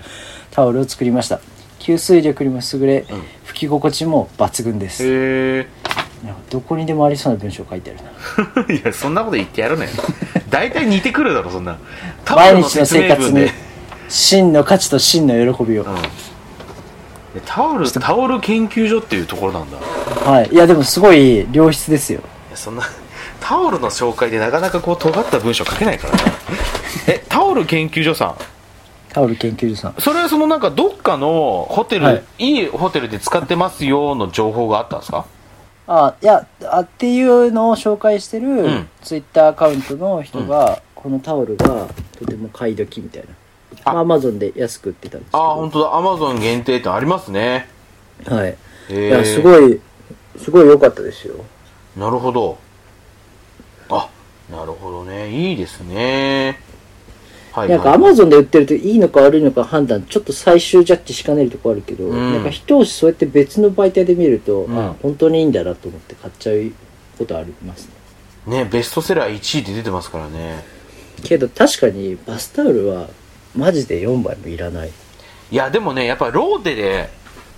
[SPEAKER 2] タオルを作りました吸水力にも優れ、拭き心地も抜群です、
[SPEAKER 3] へ
[SPEAKER 2] なんかどこにでもありそうな文章書いてあるな
[SPEAKER 3] え いやそんなこと言ってやるね大体似てくるだろそんなタオル
[SPEAKER 2] 毎日の生活に真の価値と真の喜びを、
[SPEAKER 3] うんえタオルタオル研究所っていうところなんだい
[SPEAKER 2] はいいやでもすごい良質ですよ
[SPEAKER 3] やそんなタオルの紹介でなかなかこう尖った文章書けないからな えタオル研究所さん
[SPEAKER 2] タオル研究所さん
[SPEAKER 3] それはそのなんかどっかのホテル、
[SPEAKER 2] はい
[SPEAKER 3] い、いホテルで使ってますよの情報があったんですか
[SPEAKER 2] あいやあっていうのを紹介してる
[SPEAKER 3] ん
[SPEAKER 2] ツイッターアカウントの人が、このタオルがとても買い時みたいな
[SPEAKER 3] あ
[SPEAKER 2] アマゾンで安く売ってたんですけど
[SPEAKER 3] ああ本当だアマゾン限定ってありますね
[SPEAKER 2] はいい
[SPEAKER 3] へ
[SPEAKER 2] や
[SPEAKER 3] え
[SPEAKER 2] すごいすごい良かったですよ
[SPEAKER 3] なるほどあなるほどねいいですねはい
[SPEAKER 2] なんかア
[SPEAKER 3] はい
[SPEAKER 2] マゾンで売ってるといいのか悪いのか判断ちょっと最終ジャッジしかねるとこあるけど、
[SPEAKER 3] ん
[SPEAKER 2] なんか一押しそうやって別の媒体で見ると、
[SPEAKER 3] ん
[SPEAKER 2] あ本当にいいんだなと思って買っちゃうことありますね
[SPEAKER 3] ねベストセラー1位で出てますからね
[SPEAKER 2] けど確かにバスタオルはマジで4枚もいらない、
[SPEAKER 3] いやでもねやっぱりローテで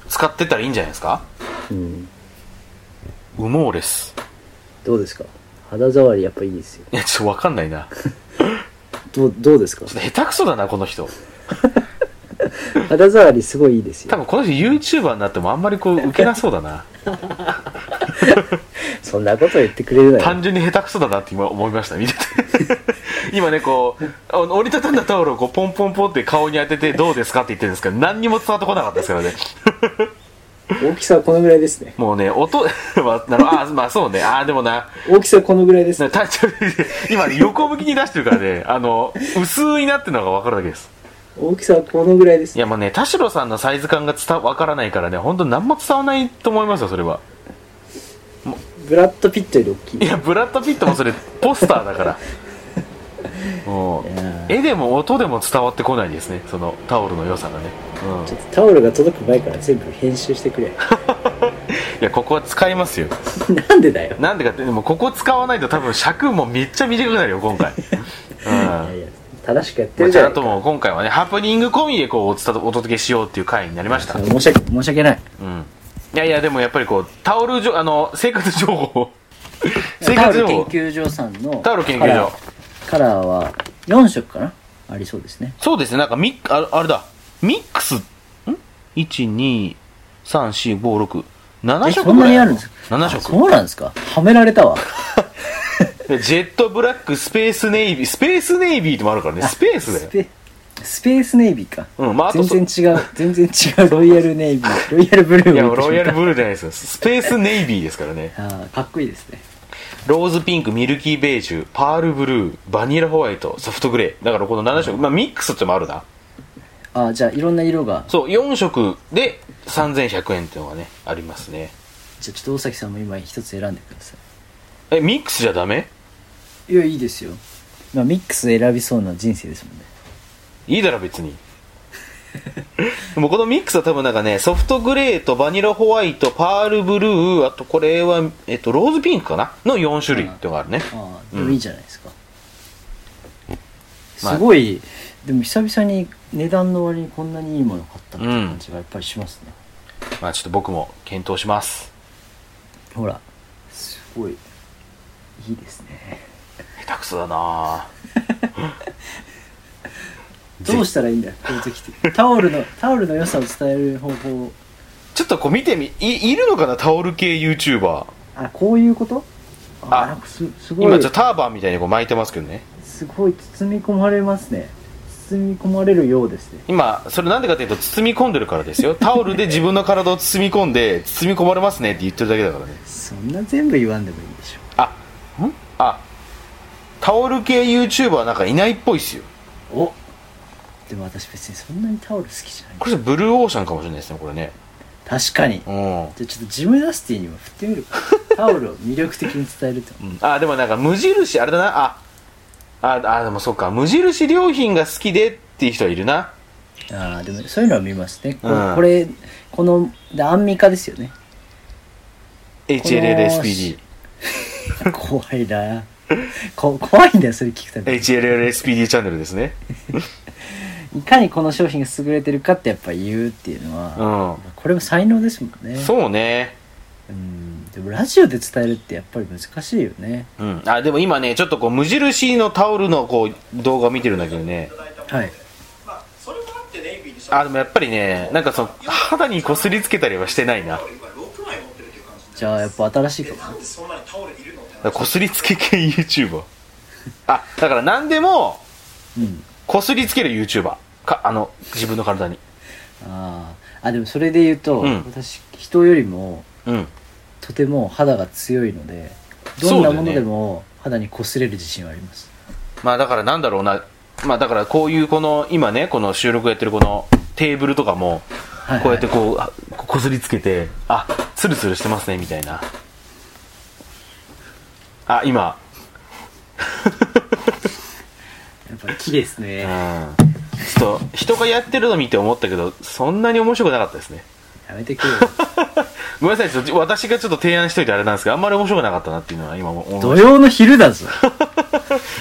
[SPEAKER 3] 使ってたらいいんじゃないですか
[SPEAKER 2] うん、
[SPEAKER 3] 羽毛です
[SPEAKER 2] どうですか肌触りやっぱいいですよ
[SPEAKER 3] いやちょっとわかんないなち
[SPEAKER 2] ど
[SPEAKER 3] ょ
[SPEAKER 2] うどうですか
[SPEAKER 3] っと下手くそだなこの人
[SPEAKER 2] 肌触りすごいいいです
[SPEAKER 3] 多
[SPEAKER 2] よ
[SPEAKER 3] 分この人 YouTuber になってもあんまりこう受けなそうだな
[SPEAKER 2] そんなこと言ってくれるなよ
[SPEAKER 3] 単純に下手くそだなって今思いました見てて 今ねこうあの折りたたんだタオルをこうポンポンポンって顔に当ててどうですかって言ってるんですけど何にも伝わってこなかったですからね
[SPEAKER 2] 大きさはこのぐらいですね
[SPEAKER 3] もうね音 まあなるあまあそうねあでもな
[SPEAKER 2] 大きさはこのぐらいです
[SPEAKER 3] な単純に 今ね横向きに出してるからねあの薄いなってのが分かるだけです
[SPEAKER 2] 大きさはこのぐらいです
[SPEAKER 3] いやもうね田代さんのサイズ感が伝わ分からないからね本当何も伝わらないと思いますよそれは
[SPEAKER 2] ブラッド・ピットより大きい
[SPEAKER 3] いやブラッド・ピットもそれポスター だからもう
[SPEAKER 2] や
[SPEAKER 3] 絵でも音でも伝わってこないですねそのタオルの良さがね、うん、い
[SPEAKER 2] ちょっとタオルが届く前から全部編集してくれ
[SPEAKER 3] やここは使いますよ
[SPEAKER 2] なんでだよ
[SPEAKER 3] なんでかってでもここ使わないと多分尺もめっちゃ短くなるよ 今回うん
[SPEAKER 2] いやいや正しくやって
[SPEAKER 3] まあ
[SPEAKER 2] る
[SPEAKER 3] ち
[SPEAKER 2] じゃ
[SPEAKER 3] ゃ
[SPEAKER 2] なんい
[SPEAKER 3] と
[SPEAKER 2] か
[SPEAKER 3] もう今回はねハプニング込みでこうお伝お届けしようっていう回になりました、
[SPEAKER 2] 申し訳申し訳ない
[SPEAKER 3] うん、いやいやでもやっぱりこうタオルじょあの生活情報生
[SPEAKER 2] タオ
[SPEAKER 3] 活情
[SPEAKER 2] ル研
[SPEAKER 3] 報
[SPEAKER 2] 究所さんの
[SPEAKER 3] タオル研究
[SPEAKER 2] カ
[SPEAKER 3] 所
[SPEAKER 2] ラーカラーは4色かなありそうですね
[SPEAKER 3] そうですねなんかミッああれだミックスん ?1234567 7
[SPEAKER 2] え
[SPEAKER 3] 色
[SPEAKER 2] そんなにあるん
[SPEAKER 3] の
[SPEAKER 2] ですか
[SPEAKER 3] 7
[SPEAKER 2] あ
[SPEAKER 3] 色
[SPEAKER 2] そうなんですかはめられたわ
[SPEAKER 3] ジェットブラックスペースネイビースペースネイビーってもあるからねスペースだ
[SPEAKER 2] ス
[SPEAKER 3] よ
[SPEAKER 2] ペスペースネイビーか、
[SPEAKER 3] うんまああとそ
[SPEAKER 2] 全然違う全然違うロイヤルネイビ ーロイヤルブルー
[SPEAKER 3] いや
[SPEAKER 2] を言ってしま
[SPEAKER 3] ロ
[SPEAKER 2] った
[SPEAKER 3] イヤルブルーじゃないですよスペースネイビーですからね
[SPEAKER 2] あーかっこいいですね
[SPEAKER 3] ローズピンクミルキーベージュパールブルーバニラホワイトソフトグレーだからこの7色、まあ、ミックスってのもあるな
[SPEAKER 2] あーじゃあいろんな色が
[SPEAKER 3] そう4色で3100円っていうのがねありますね
[SPEAKER 2] じゃあちょっと大崎さんも今一つ選んでくださ
[SPEAKER 3] えミックスじゃダメ
[SPEAKER 2] いいやいいですよ、まあ、ミックス選びそうな人生ですもんね
[SPEAKER 3] いいだろ別にでもこのミックスは多分なんかねソフトグレーとバニラホワイトパールブルーあとこれは、えっと、ローズピンクかなの4種類っていうのがあるね
[SPEAKER 2] ああ
[SPEAKER 3] うん
[SPEAKER 2] でもいいじゃないですか、
[SPEAKER 3] まあ
[SPEAKER 2] すごいでも久々に値段の割にこんなにいいもの買ったって
[SPEAKER 3] うん
[SPEAKER 2] 感じがやっぱりしますね、
[SPEAKER 3] まあちょっと僕も検討します
[SPEAKER 2] ほらすごいいいですね
[SPEAKER 3] 下手くそだな
[SPEAKER 2] どうしたらいいんだよこういう時って タオルのタオルの良さを伝える方法
[SPEAKER 3] ちょっとこう見てみいいるのかなタオル系 YouTuber
[SPEAKER 2] あこういうことあ
[SPEAKER 3] あ
[SPEAKER 2] なんかすすご
[SPEAKER 3] 今
[SPEAKER 2] い
[SPEAKER 3] ちょっとターバンみたいにこう巻いてますけどね
[SPEAKER 2] すごい包み込まれますね包み込まれるようですね
[SPEAKER 3] 今それなんでかというと包み込んでるからですよタオルで自分の体を包み込んで包み込まれますねって言ってるだけだからね
[SPEAKER 2] そんな全部言わんでもいいでしょ
[SPEAKER 3] あんあタオル系 YouTuber なんかいないっぽいっすよ
[SPEAKER 2] おでも私別にそんなにタオル好きじゃない
[SPEAKER 3] これブルーオーシャンかもしれないですねこれね
[SPEAKER 2] 確かに
[SPEAKER 3] うん
[SPEAKER 2] じゃあちょっとジムナスティにも振ってみる かタオルを魅力的に伝えると
[SPEAKER 3] うんあでもなんか無印あれだなあああでもそっか無印良品が好きでっていう人はいるな
[SPEAKER 2] ああでもそういうのは見ますねこ,、
[SPEAKER 3] うん
[SPEAKER 2] これこのでアンミカですよね
[SPEAKER 3] HLLSPD。
[SPEAKER 2] 怖いなこ怖いんだよそれ聞くたび
[SPEAKER 3] HLLSPD チャンネルですね。
[SPEAKER 2] いかにこの商品が優れてるかってやっぱ言うっていうの
[SPEAKER 3] う
[SPEAKER 2] は、
[SPEAKER 3] ん。
[SPEAKER 2] これも才能ですもんね
[SPEAKER 3] そうね。
[SPEAKER 2] うんでもラジオで伝えるってやっぱり難しいよね
[SPEAKER 3] うん。あ、でも今ね、ちょっとこう、無印のタオルのこう、動画を見てるんだけどね。
[SPEAKER 2] はい
[SPEAKER 4] それもあってネイビーにした
[SPEAKER 3] あ、でもやっぱりね、なんかその、肌にこすりつけたりはしてないな。
[SPEAKER 4] 今6枚持ってるっていう感じ
[SPEAKER 2] じゃあやっぱ新しい
[SPEAKER 4] で
[SPEAKER 2] か
[SPEAKER 4] な
[SPEAKER 2] も
[SPEAKER 4] んでそんなにタオルいるのって話
[SPEAKER 3] こすりつけ系 YouTuber。あ、だから何でも、
[SPEAKER 2] うん
[SPEAKER 3] こすりつける YouTuber。か、あの、自分の体に。
[SPEAKER 2] あーあでもそれで言うと、
[SPEAKER 3] うん
[SPEAKER 2] 私人よりも
[SPEAKER 3] うん。
[SPEAKER 2] とても肌が強いのでどんなものでも肌に擦れる自信はあります、
[SPEAKER 3] まあだからなんだろうな。まあだからこういうこの、今ね、この収録やってるこのテーブルとかも、
[SPEAKER 2] はいはい
[SPEAKER 3] こうやってこう、あこすりつけて、あ、ツルツルしてますね、みたいな。あ、今、
[SPEAKER 2] やっぱ木ですね
[SPEAKER 3] うん。ちょっと、人がやってるの見て思ったけど、そんなに面白くなかったですね。
[SPEAKER 2] や めてくれよ
[SPEAKER 3] ごめんなさい、ちょっと私がちょっと提案しといてあれなんですけど、あんまり面白くなかったなっていうのは今思いま
[SPEAKER 2] 土
[SPEAKER 3] した。
[SPEAKER 2] 曜の昼だぞ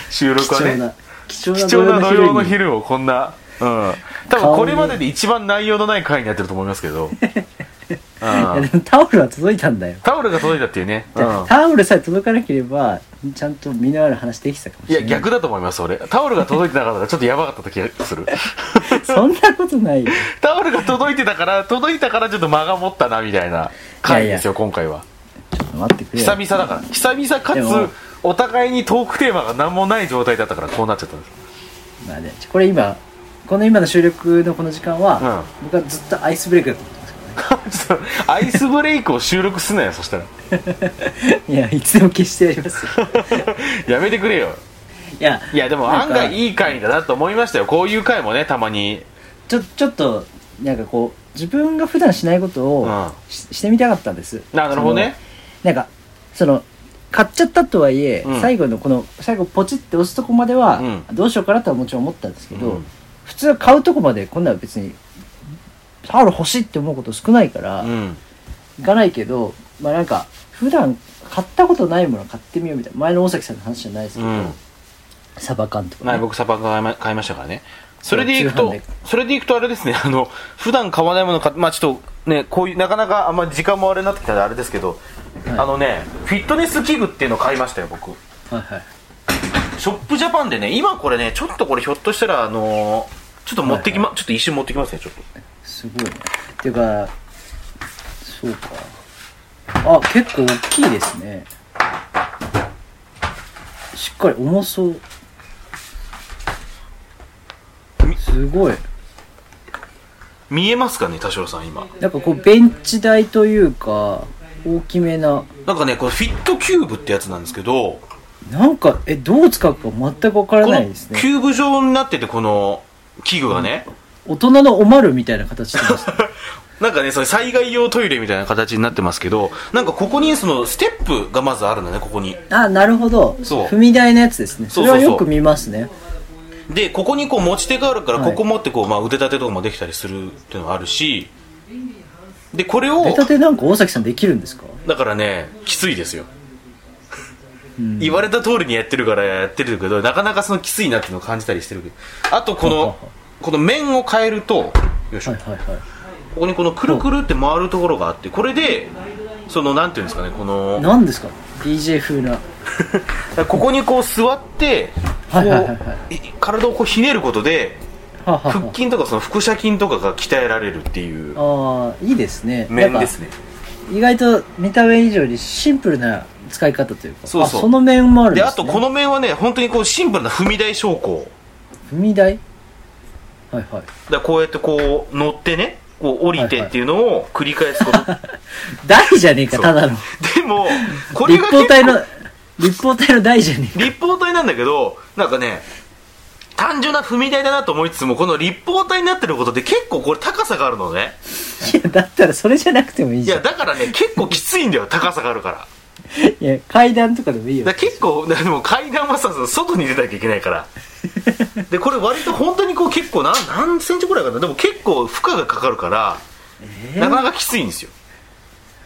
[SPEAKER 3] 収録
[SPEAKER 2] 貴
[SPEAKER 3] は
[SPEAKER 2] 重
[SPEAKER 3] ね
[SPEAKER 2] な。貴重な
[SPEAKER 3] 貴重な土曜の
[SPEAKER 2] に
[SPEAKER 3] 昼をこんな、うん、多分これまでで一番内容のない回になってると思いますけど、う
[SPEAKER 2] いや
[SPEAKER 3] ん
[SPEAKER 2] でもタオルは届いたんだよ、
[SPEAKER 3] タオルが届いたっていうね、うん、
[SPEAKER 2] タオルさえ届かなければちゃんと身のある話できてたかも
[SPEAKER 3] い
[SPEAKER 2] しれ
[SPEAKER 3] や
[SPEAKER 2] ない
[SPEAKER 3] 逆だと思います俺タオルが届いてなかったらちょっとやばかった気がする
[SPEAKER 2] そんなことないよ
[SPEAKER 3] タオルが届いてたから届いたからちょっと間が持ったなみたいな回ですよ今回は
[SPEAKER 2] ちょっと待ってくれよ
[SPEAKER 3] 久々だから久々か
[SPEAKER 2] でも
[SPEAKER 3] つお互いにトークテーマが何もない状態だったからこうなっちゃったんです
[SPEAKER 2] まあね、これ今この今の収録のこの時間は、僕はずっとアイスブレイクだと思ってますか
[SPEAKER 3] ちょっとアイスブレイクを収録すなよそしたら
[SPEAKER 2] らねいやいつでも消してやりますよ
[SPEAKER 3] やめてくれよ
[SPEAKER 2] いや
[SPEAKER 3] いやでも
[SPEAKER 2] なん
[SPEAKER 3] 案
[SPEAKER 2] か
[SPEAKER 3] 外いい回だなと思いましたよこういう回もねたまに
[SPEAKER 2] ちょちょっとなんかこう自分が普段しないことを
[SPEAKER 3] うん
[SPEAKER 2] し,、してみたかったんです
[SPEAKER 3] ななるほどね
[SPEAKER 2] そのなんかその買っちゃったとはいえ、
[SPEAKER 3] うん
[SPEAKER 2] 最後のこの最後ポチって押すとこまでは、
[SPEAKER 3] う
[SPEAKER 2] どうしようかなとはもちろん思ったんですけど、
[SPEAKER 3] うん
[SPEAKER 2] 普通は買うとこまでこんなの別にタオル欲しいって思うこと少ないから、
[SPEAKER 3] うん
[SPEAKER 2] いかないけどまあなんか普段買ったことないもの買ってみようみたいな前の大崎さんの話じゃないですけ
[SPEAKER 3] う
[SPEAKER 2] ど、
[SPEAKER 3] ん
[SPEAKER 2] サバ缶とか、
[SPEAKER 3] ま
[SPEAKER 2] ね
[SPEAKER 3] あ、僕サバ缶買いま買いましたからねそれでいく
[SPEAKER 2] そう通
[SPEAKER 3] と
[SPEAKER 2] 販で
[SPEAKER 3] それでいくとあれですねあの普段買わないもの買ってまあちょっとねこういうなかなかあんま時間もあれになってきたんであれですけど、
[SPEAKER 2] はい
[SPEAKER 3] あのねフィットネス器具っていうのを買いましたよ僕
[SPEAKER 2] はいはい
[SPEAKER 3] ショップジャパンでね今これねちょっとこれひょっとしたらあのーちょっと持ってきま、ちょっと一瞬持ってきますねちょっと
[SPEAKER 2] すごいねっていうかそうかあ結構大きいですねしっかり重そうすごい
[SPEAKER 3] 見えますかね田代さん今
[SPEAKER 2] なんかこうベンチ台というか大きめな
[SPEAKER 3] なんかねこれフィットキューブってやつなんですけど
[SPEAKER 2] なんかえどう使うか全くわから
[SPEAKER 3] この
[SPEAKER 2] な
[SPEAKER 3] キ
[SPEAKER 2] い
[SPEAKER 3] ュ
[SPEAKER 2] ですね
[SPEAKER 3] ーブ状になっててこの器具がね、
[SPEAKER 2] 大人のおまるみたいな形して ますね
[SPEAKER 3] なんかね、それ災害用トイレみたいな形になってますけど、なんかここにそのステップがまずあるのね、ここに。
[SPEAKER 2] あなるほど
[SPEAKER 3] そう
[SPEAKER 2] 踏み台のやつですね
[SPEAKER 3] そ
[SPEAKER 2] そうれ
[SPEAKER 3] そうそう
[SPEAKER 2] はよく見ますね
[SPEAKER 3] で、ここにこう持ち手があるから、
[SPEAKER 2] はい
[SPEAKER 3] ここ持ってこう、まあ腕立てとかもできたりするっていうのがあるし、で、これを
[SPEAKER 2] 出、たてなんか大崎さんできるんですか
[SPEAKER 3] だからね、きついですよ。言われた通りにやってるからやってるけど、なかなかそのきついなっていうのを感じたりしてるけど、あとこの、この面を変えると、よいしょ
[SPEAKER 2] はいはいはい
[SPEAKER 3] ここにこのくるくるって回るところがあって、これで、その、なんていうんですかね、この、
[SPEAKER 2] 何ですか DJ 風な
[SPEAKER 3] だからここにこう座ってこ
[SPEAKER 2] はいはいはいは
[SPEAKER 3] うい体をこうひねることで
[SPEAKER 2] はあはあ
[SPEAKER 3] 腹筋とかその腹斜筋とかが鍛えられるっていう
[SPEAKER 2] あーいいですね
[SPEAKER 3] 面ですね
[SPEAKER 2] なんか意外と見た目以上にシンプルな使い方というか
[SPEAKER 3] そうそう
[SPEAKER 2] あその面もあるんで、
[SPEAKER 3] です
[SPEAKER 2] ね、
[SPEAKER 3] あとこの面はね本当にこうシンプルな踏み台昇降
[SPEAKER 2] 踏み台はいはい
[SPEAKER 3] だからこうやってこう乗ってねこう降りてっていうのを繰り返すこと、
[SPEAKER 2] 台じゃねえか
[SPEAKER 3] そう
[SPEAKER 2] ただの
[SPEAKER 3] でも これ
[SPEAKER 2] 立
[SPEAKER 3] が
[SPEAKER 2] 方
[SPEAKER 3] 結
[SPEAKER 2] 体
[SPEAKER 3] 構
[SPEAKER 2] の立方体の台じゃねえ
[SPEAKER 3] 立方体なんだけどなんかね単純な踏み台だなと思いつつもこの立方体になってることで結構これ高さがあるのね
[SPEAKER 2] いやだったらそれじゃなくてもいい
[SPEAKER 3] い
[SPEAKER 2] じゃ
[SPEAKER 3] や
[SPEAKER 2] ん
[SPEAKER 3] だからね結構きついんだよ高さがあるから
[SPEAKER 2] いや階段とかでもいいよ
[SPEAKER 3] だから結構でも階段はさ外に出なきゃいけないからでこれ割と本当にこう結構な何センチぐらいかなでも結構負荷がかかるから、なかなかきついんですよ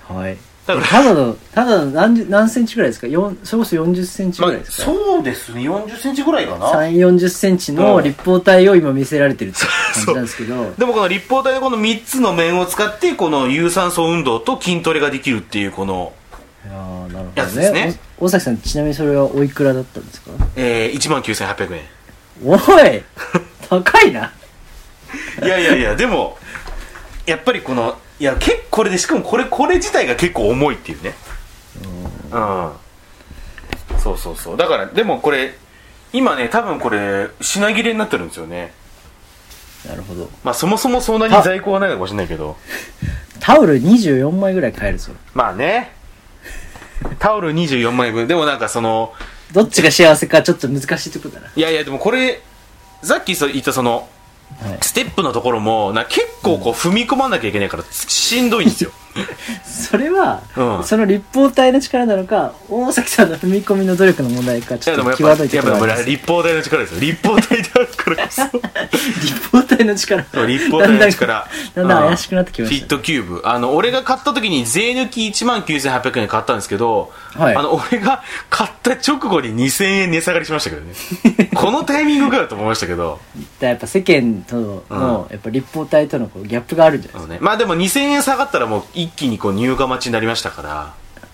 [SPEAKER 2] はい
[SPEAKER 3] だから、
[SPEAKER 2] ただの、ただの何十何センチぐらいですか四それこそ40センチぐらいですか、
[SPEAKER 3] そうですね、40センチぐらいかな。
[SPEAKER 2] 3、40センチの立方体を今見せられてるって感じなんですけど、
[SPEAKER 3] でもこの立方体のこの3つの面を使って、この有酸素運動と筋トレができるっていう、この、
[SPEAKER 2] いやーなるほ
[SPEAKER 3] や
[SPEAKER 2] ど
[SPEAKER 3] つです
[SPEAKER 2] ね
[SPEAKER 3] ね
[SPEAKER 2] お大崎さんちなみにそれはおいくらだったんですか
[SPEAKER 3] えー、19,800円。
[SPEAKER 2] おい 高いない
[SPEAKER 3] やいやいや、でも、やっぱりこの、いや、結構これで、しかもこれ、これ自体が結構重いっていうね。うん。そうそうそう。だから、でもこれ、今ね、多分これ、品切れになってるんですよね。
[SPEAKER 2] なるほど
[SPEAKER 3] まあ、そもそもそんなに在庫はないのかもしれないけど。
[SPEAKER 2] タオル24枚ぐらい買えるぞ
[SPEAKER 3] まあね。タオル24枚分。でもなんかその、
[SPEAKER 2] どっちが幸せかちょっと難しいとこだな、
[SPEAKER 3] いやいや、でもこれ、さっきそう言ったその、
[SPEAKER 2] はい、
[SPEAKER 3] ステップのところも、な結構こう踏み込まなきゃいけないから、しんどいんですよ。
[SPEAKER 2] それは、
[SPEAKER 3] うん
[SPEAKER 2] その立方体の力なのか大崎さんの踏み込みの努力の問題か
[SPEAKER 3] い
[SPEAKER 2] ちょ
[SPEAKER 3] や
[SPEAKER 2] っ
[SPEAKER 3] でも
[SPEAKER 2] と
[SPEAKER 3] や
[SPEAKER 2] 際
[SPEAKER 3] っぱ
[SPEAKER 2] どいところがありま
[SPEAKER 3] やっぱ
[SPEAKER 2] す
[SPEAKER 3] 立方体の力ですよ立方体であるからこそ
[SPEAKER 2] 立方体の力
[SPEAKER 3] そう立方体の
[SPEAKER 2] だんだ
[SPEAKER 3] 力
[SPEAKER 2] んだんだん怪しくなってきま
[SPEAKER 3] うん
[SPEAKER 2] し
[SPEAKER 3] フィッ
[SPEAKER 2] たね
[SPEAKER 3] トキューブあの俺が買った時に税抜き1万9800円で買ったんですけど、
[SPEAKER 2] はい
[SPEAKER 3] あの俺が買った直後に2000円値下がりしましたけどね このタイミングからと思いましたけど
[SPEAKER 2] だやっぱ世間との、やっぱ立方体とのこうギャップがあるんじゃ
[SPEAKER 3] あ
[SPEAKER 2] ない
[SPEAKER 3] の
[SPEAKER 2] です
[SPEAKER 3] ねまあでも2000円下がったらもう一気にこう入荷待ちになりましたから
[SPEAKER 2] か、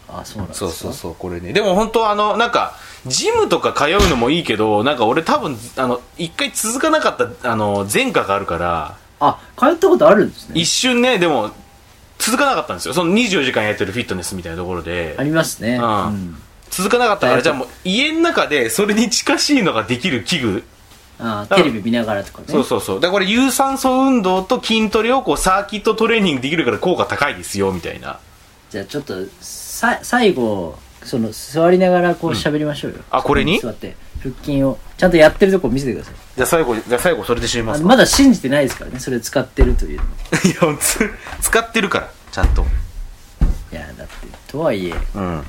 [SPEAKER 2] あそうなんですか
[SPEAKER 3] そうそうそうこれねでも本当あのなんかジムとか通うのもいいけどなんか俺多分あの一回続かなかったあの前科があるから
[SPEAKER 2] あ通ったことあるんですね
[SPEAKER 3] 一瞬ねでも続かなかったんですよその24時間やってるフィットネスみたいなところで
[SPEAKER 2] ありますね、
[SPEAKER 3] うん続かなかったからじゃあもう家の中でそれに近しいのができる器具
[SPEAKER 2] あ
[SPEAKER 3] だ
[SPEAKER 2] テ
[SPEAKER 3] から
[SPEAKER 2] レビ見ながらとかね
[SPEAKER 3] そうそうそうだからこれ有酸素運動と筋トレをこうサーキットトレーニングできるから効果高いですよみたいな
[SPEAKER 2] じゃあちょっとさ最後その座りながらこう喋りましょうよ、
[SPEAKER 3] あこれに
[SPEAKER 2] 座って腹筋をちゃんとやってるとこ見せてください
[SPEAKER 3] じゃあ最後じゃあ最後それで締めま
[SPEAKER 2] あ
[SPEAKER 3] す
[SPEAKER 2] の
[SPEAKER 3] か
[SPEAKER 2] まだ信じてないですからねそれ使ってるというの
[SPEAKER 3] いやつ使ってるからちゃんと
[SPEAKER 2] いやだってとはいえ
[SPEAKER 3] うん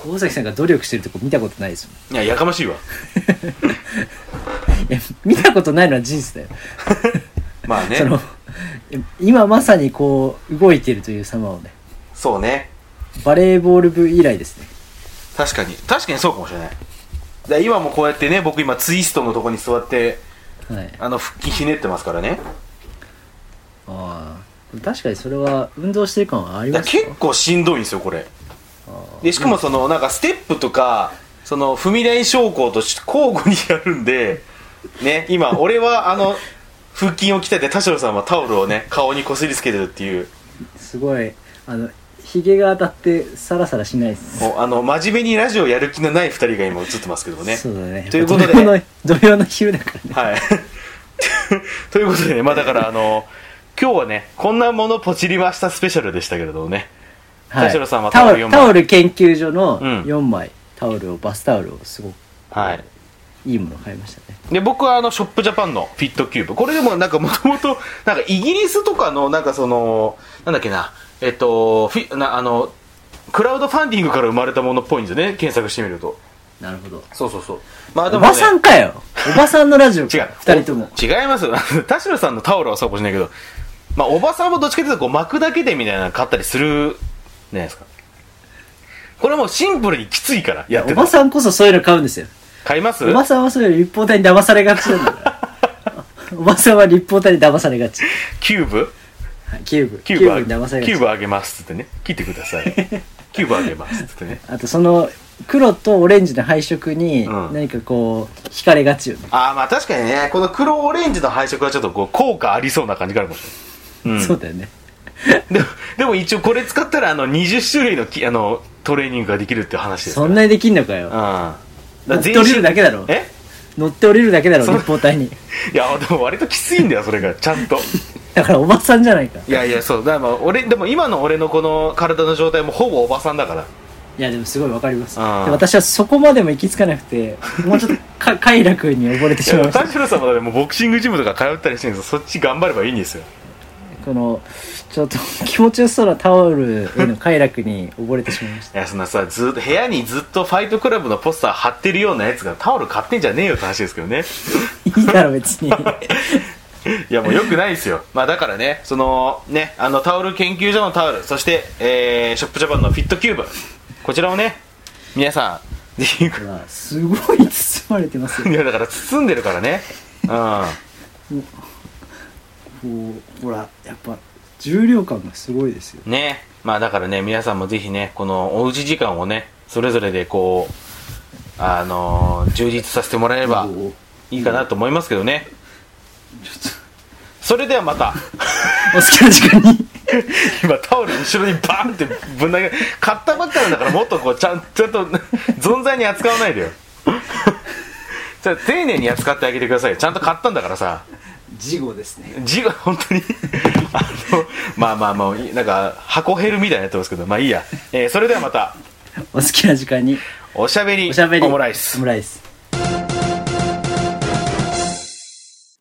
[SPEAKER 2] 大崎さんが努力してるとこ見たことないですも
[SPEAKER 3] いややかましい
[SPEAKER 2] ん
[SPEAKER 3] わ
[SPEAKER 2] いや見たことないのは事実だよ、
[SPEAKER 3] まあ ね
[SPEAKER 2] その今まさにこう動いてるという様をね
[SPEAKER 3] そうね
[SPEAKER 2] バレーボール部以来ですね
[SPEAKER 3] 確かに確かにそうかもしれないで今もこうやってね僕今ツイストのとこに座って
[SPEAKER 2] はい
[SPEAKER 3] あの腹筋ひねってますからね
[SPEAKER 2] ああ確かにそれは運動してる感はあり
[SPEAKER 3] だ
[SPEAKER 2] ます
[SPEAKER 3] から
[SPEAKER 2] よ
[SPEAKER 3] 結構しんどいんですよこれでしかもそのなんかステップとかその踏み台昇降とし交互にやる んでね今俺はあの腹筋を鍛えて田代さんはタオルをね顔にこすりつけてるっていう
[SPEAKER 2] すごいあのひげが当たってサラサラしないです
[SPEAKER 3] もうあの真面目にラジオやる気のない2人が今映ってますけどもね
[SPEAKER 2] そうだね
[SPEAKER 3] ということで
[SPEAKER 2] 土曜の土曜の昼だからね
[SPEAKER 3] はい ということでねまあだからあの今日はねこんなものポチりましたスペシャルでしたけれどもね田代さんはタオル4枚
[SPEAKER 2] タオル研究所の
[SPEAKER 3] うん
[SPEAKER 2] 4枚、タオルをバスタオルをすごく
[SPEAKER 3] はい
[SPEAKER 2] いいものを買いましたね
[SPEAKER 3] で僕はあのショップジャパンのフィットキューブこれでもなんかもともと なんかイギリスとかのなんかそのなんだっけなえっとフィなあのクラウドファンディングから生まれたものっぽいんですよね検索してみると
[SPEAKER 2] なるほど
[SPEAKER 3] そうそうそうまあで
[SPEAKER 2] お
[SPEAKER 3] も、ね、
[SPEAKER 2] ばさんかよおばさんのラジオか
[SPEAKER 3] 違う
[SPEAKER 2] 2人とも
[SPEAKER 3] 違いますよ 田代さんのタオルはそうかもしれないけどまあおばさんもどっちかというとこう巻くだけでみたいなの買ったりするじゃないですかこれもうシンプルにきついからやって
[SPEAKER 2] お
[SPEAKER 3] た
[SPEAKER 2] ばさんこそそういうの買うんですよ
[SPEAKER 3] 買います
[SPEAKER 2] おばさんはそういうの立方体に騙され がちなんだからおばさんは立方体に騙されがち
[SPEAKER 3] キューブ
[SPEAKER 2] はいキューブ
[SPEAKER 3] キューブあ
[SPEAKER 2] に騙されが
[SPEAKER 3] キュー
[SPEAKER 2] ち
[SPEAKER 3] ブあげますっつってね切ってくだ さいキューブあげますっつってね
[SPEAKER 2] あとその黒とオレンジの配色に
[SPEAKER 3] うん
[SPEAKER 2] 何かこう惹かれがちよね、
[SPEAKER 3] ああまあ確かにねこの黒オレンジの配色はちょっとこう効果ありそうな感じがあるかもしれない、うん、
[SPEAKER 2] そうだよね
[SPEAKER 3] でもでも一応これ使ったらあの20種類のきあのトレーニングができるっていう話ですか
[SPEAKER 2] そ
[SPEAKER 3] ら
[SPEAKER 2] んなにできんのかよ
[SPEAKER 3] うんだから全
[SPEAKER 2] 乗
[SPEAKER 3] 身
[SPEAKER 2] って降りるだけだろ
[SPEAKER 3] え
[SPEAKER 2] 乗って降りるだけだろ
[SPEAKER 3] そう
[SPEAKER 2] 立方体に
[SPEAKER 3] いやでも割ときついんだよそれがちゃ んと
[SPEAKER 2] だからおばさんじゃないか
[SPEAKER 3] いやいやそうだからまあ俺でも今の俺のこの体の状態もほぼおばさんだから
[SPEAKER 2] いやでもすごいわかりますで
[SPEAKER 3] あー
[SPEAKER 2] 私はそこまでも行き着かなくて もうちょっとか快楽に溺れてしまいま した
[SPEAKER 3] 田代さんもだってもうボクシングジムとか通ったりしてるんですよそっち頑張ればいいんですよ
[SPEAKER 2] このちょっと気持ちよさそうなタオルへの快楽に溺れてしまいまし
[SPEAKER 3] いやそんなさずっと部屋にずっとファイトクラブのポスター貼 ってるようなやつがタオル買ってんじゃねえよって話ですけどね
[SPEAKER 2] たいいだろ別に
[SPEAKER 3] いやもうよくないですよ、 まあ、だからねそのねあのタオル研究所のタオルそして、えーショップジャパンのフィットキューブこちらをね皆さんぜひ
[SPEAKER 2] うわすごい包まれてますよ
[SPEAKER 3] いやだから包んでるからねう
[SPEAKER 2] こうほらやっぱ重量感がすごいですよ
[SPEAKER 3] んねまあだからね皆さんもぜひねこのおうち時間をねそれぞれでこうあのー充実させてもらえれば
[SPEAKER 2] おー
[SPEAKER 3] いいかなと思いますけどねそれではまた
[SPEAKER 2] お好きな時間に
[SPEAKER 3] 今タオル後ろにバーンってぶん投げ買ったばっかなんだからもっとこうちゃんちゃんと存在に扱わない でよじゃあ丁寧に扱ってあげてくださいよちゃんと買ったんだからさ
[SPEAKER 2] 事後ですね
[SPEAKER 3] 字が本当にあのまあまあまあなんか箱ヘルみたいになってますけどまあいいや、えーそれではまた
[SPEAKER 2] お好きな時間に
[SPEAKER 3] おしゃべり
[SPEAKER 2] おしゃべり
[SPEAKER 3] オムライス
[SPEAKER 2] オムライス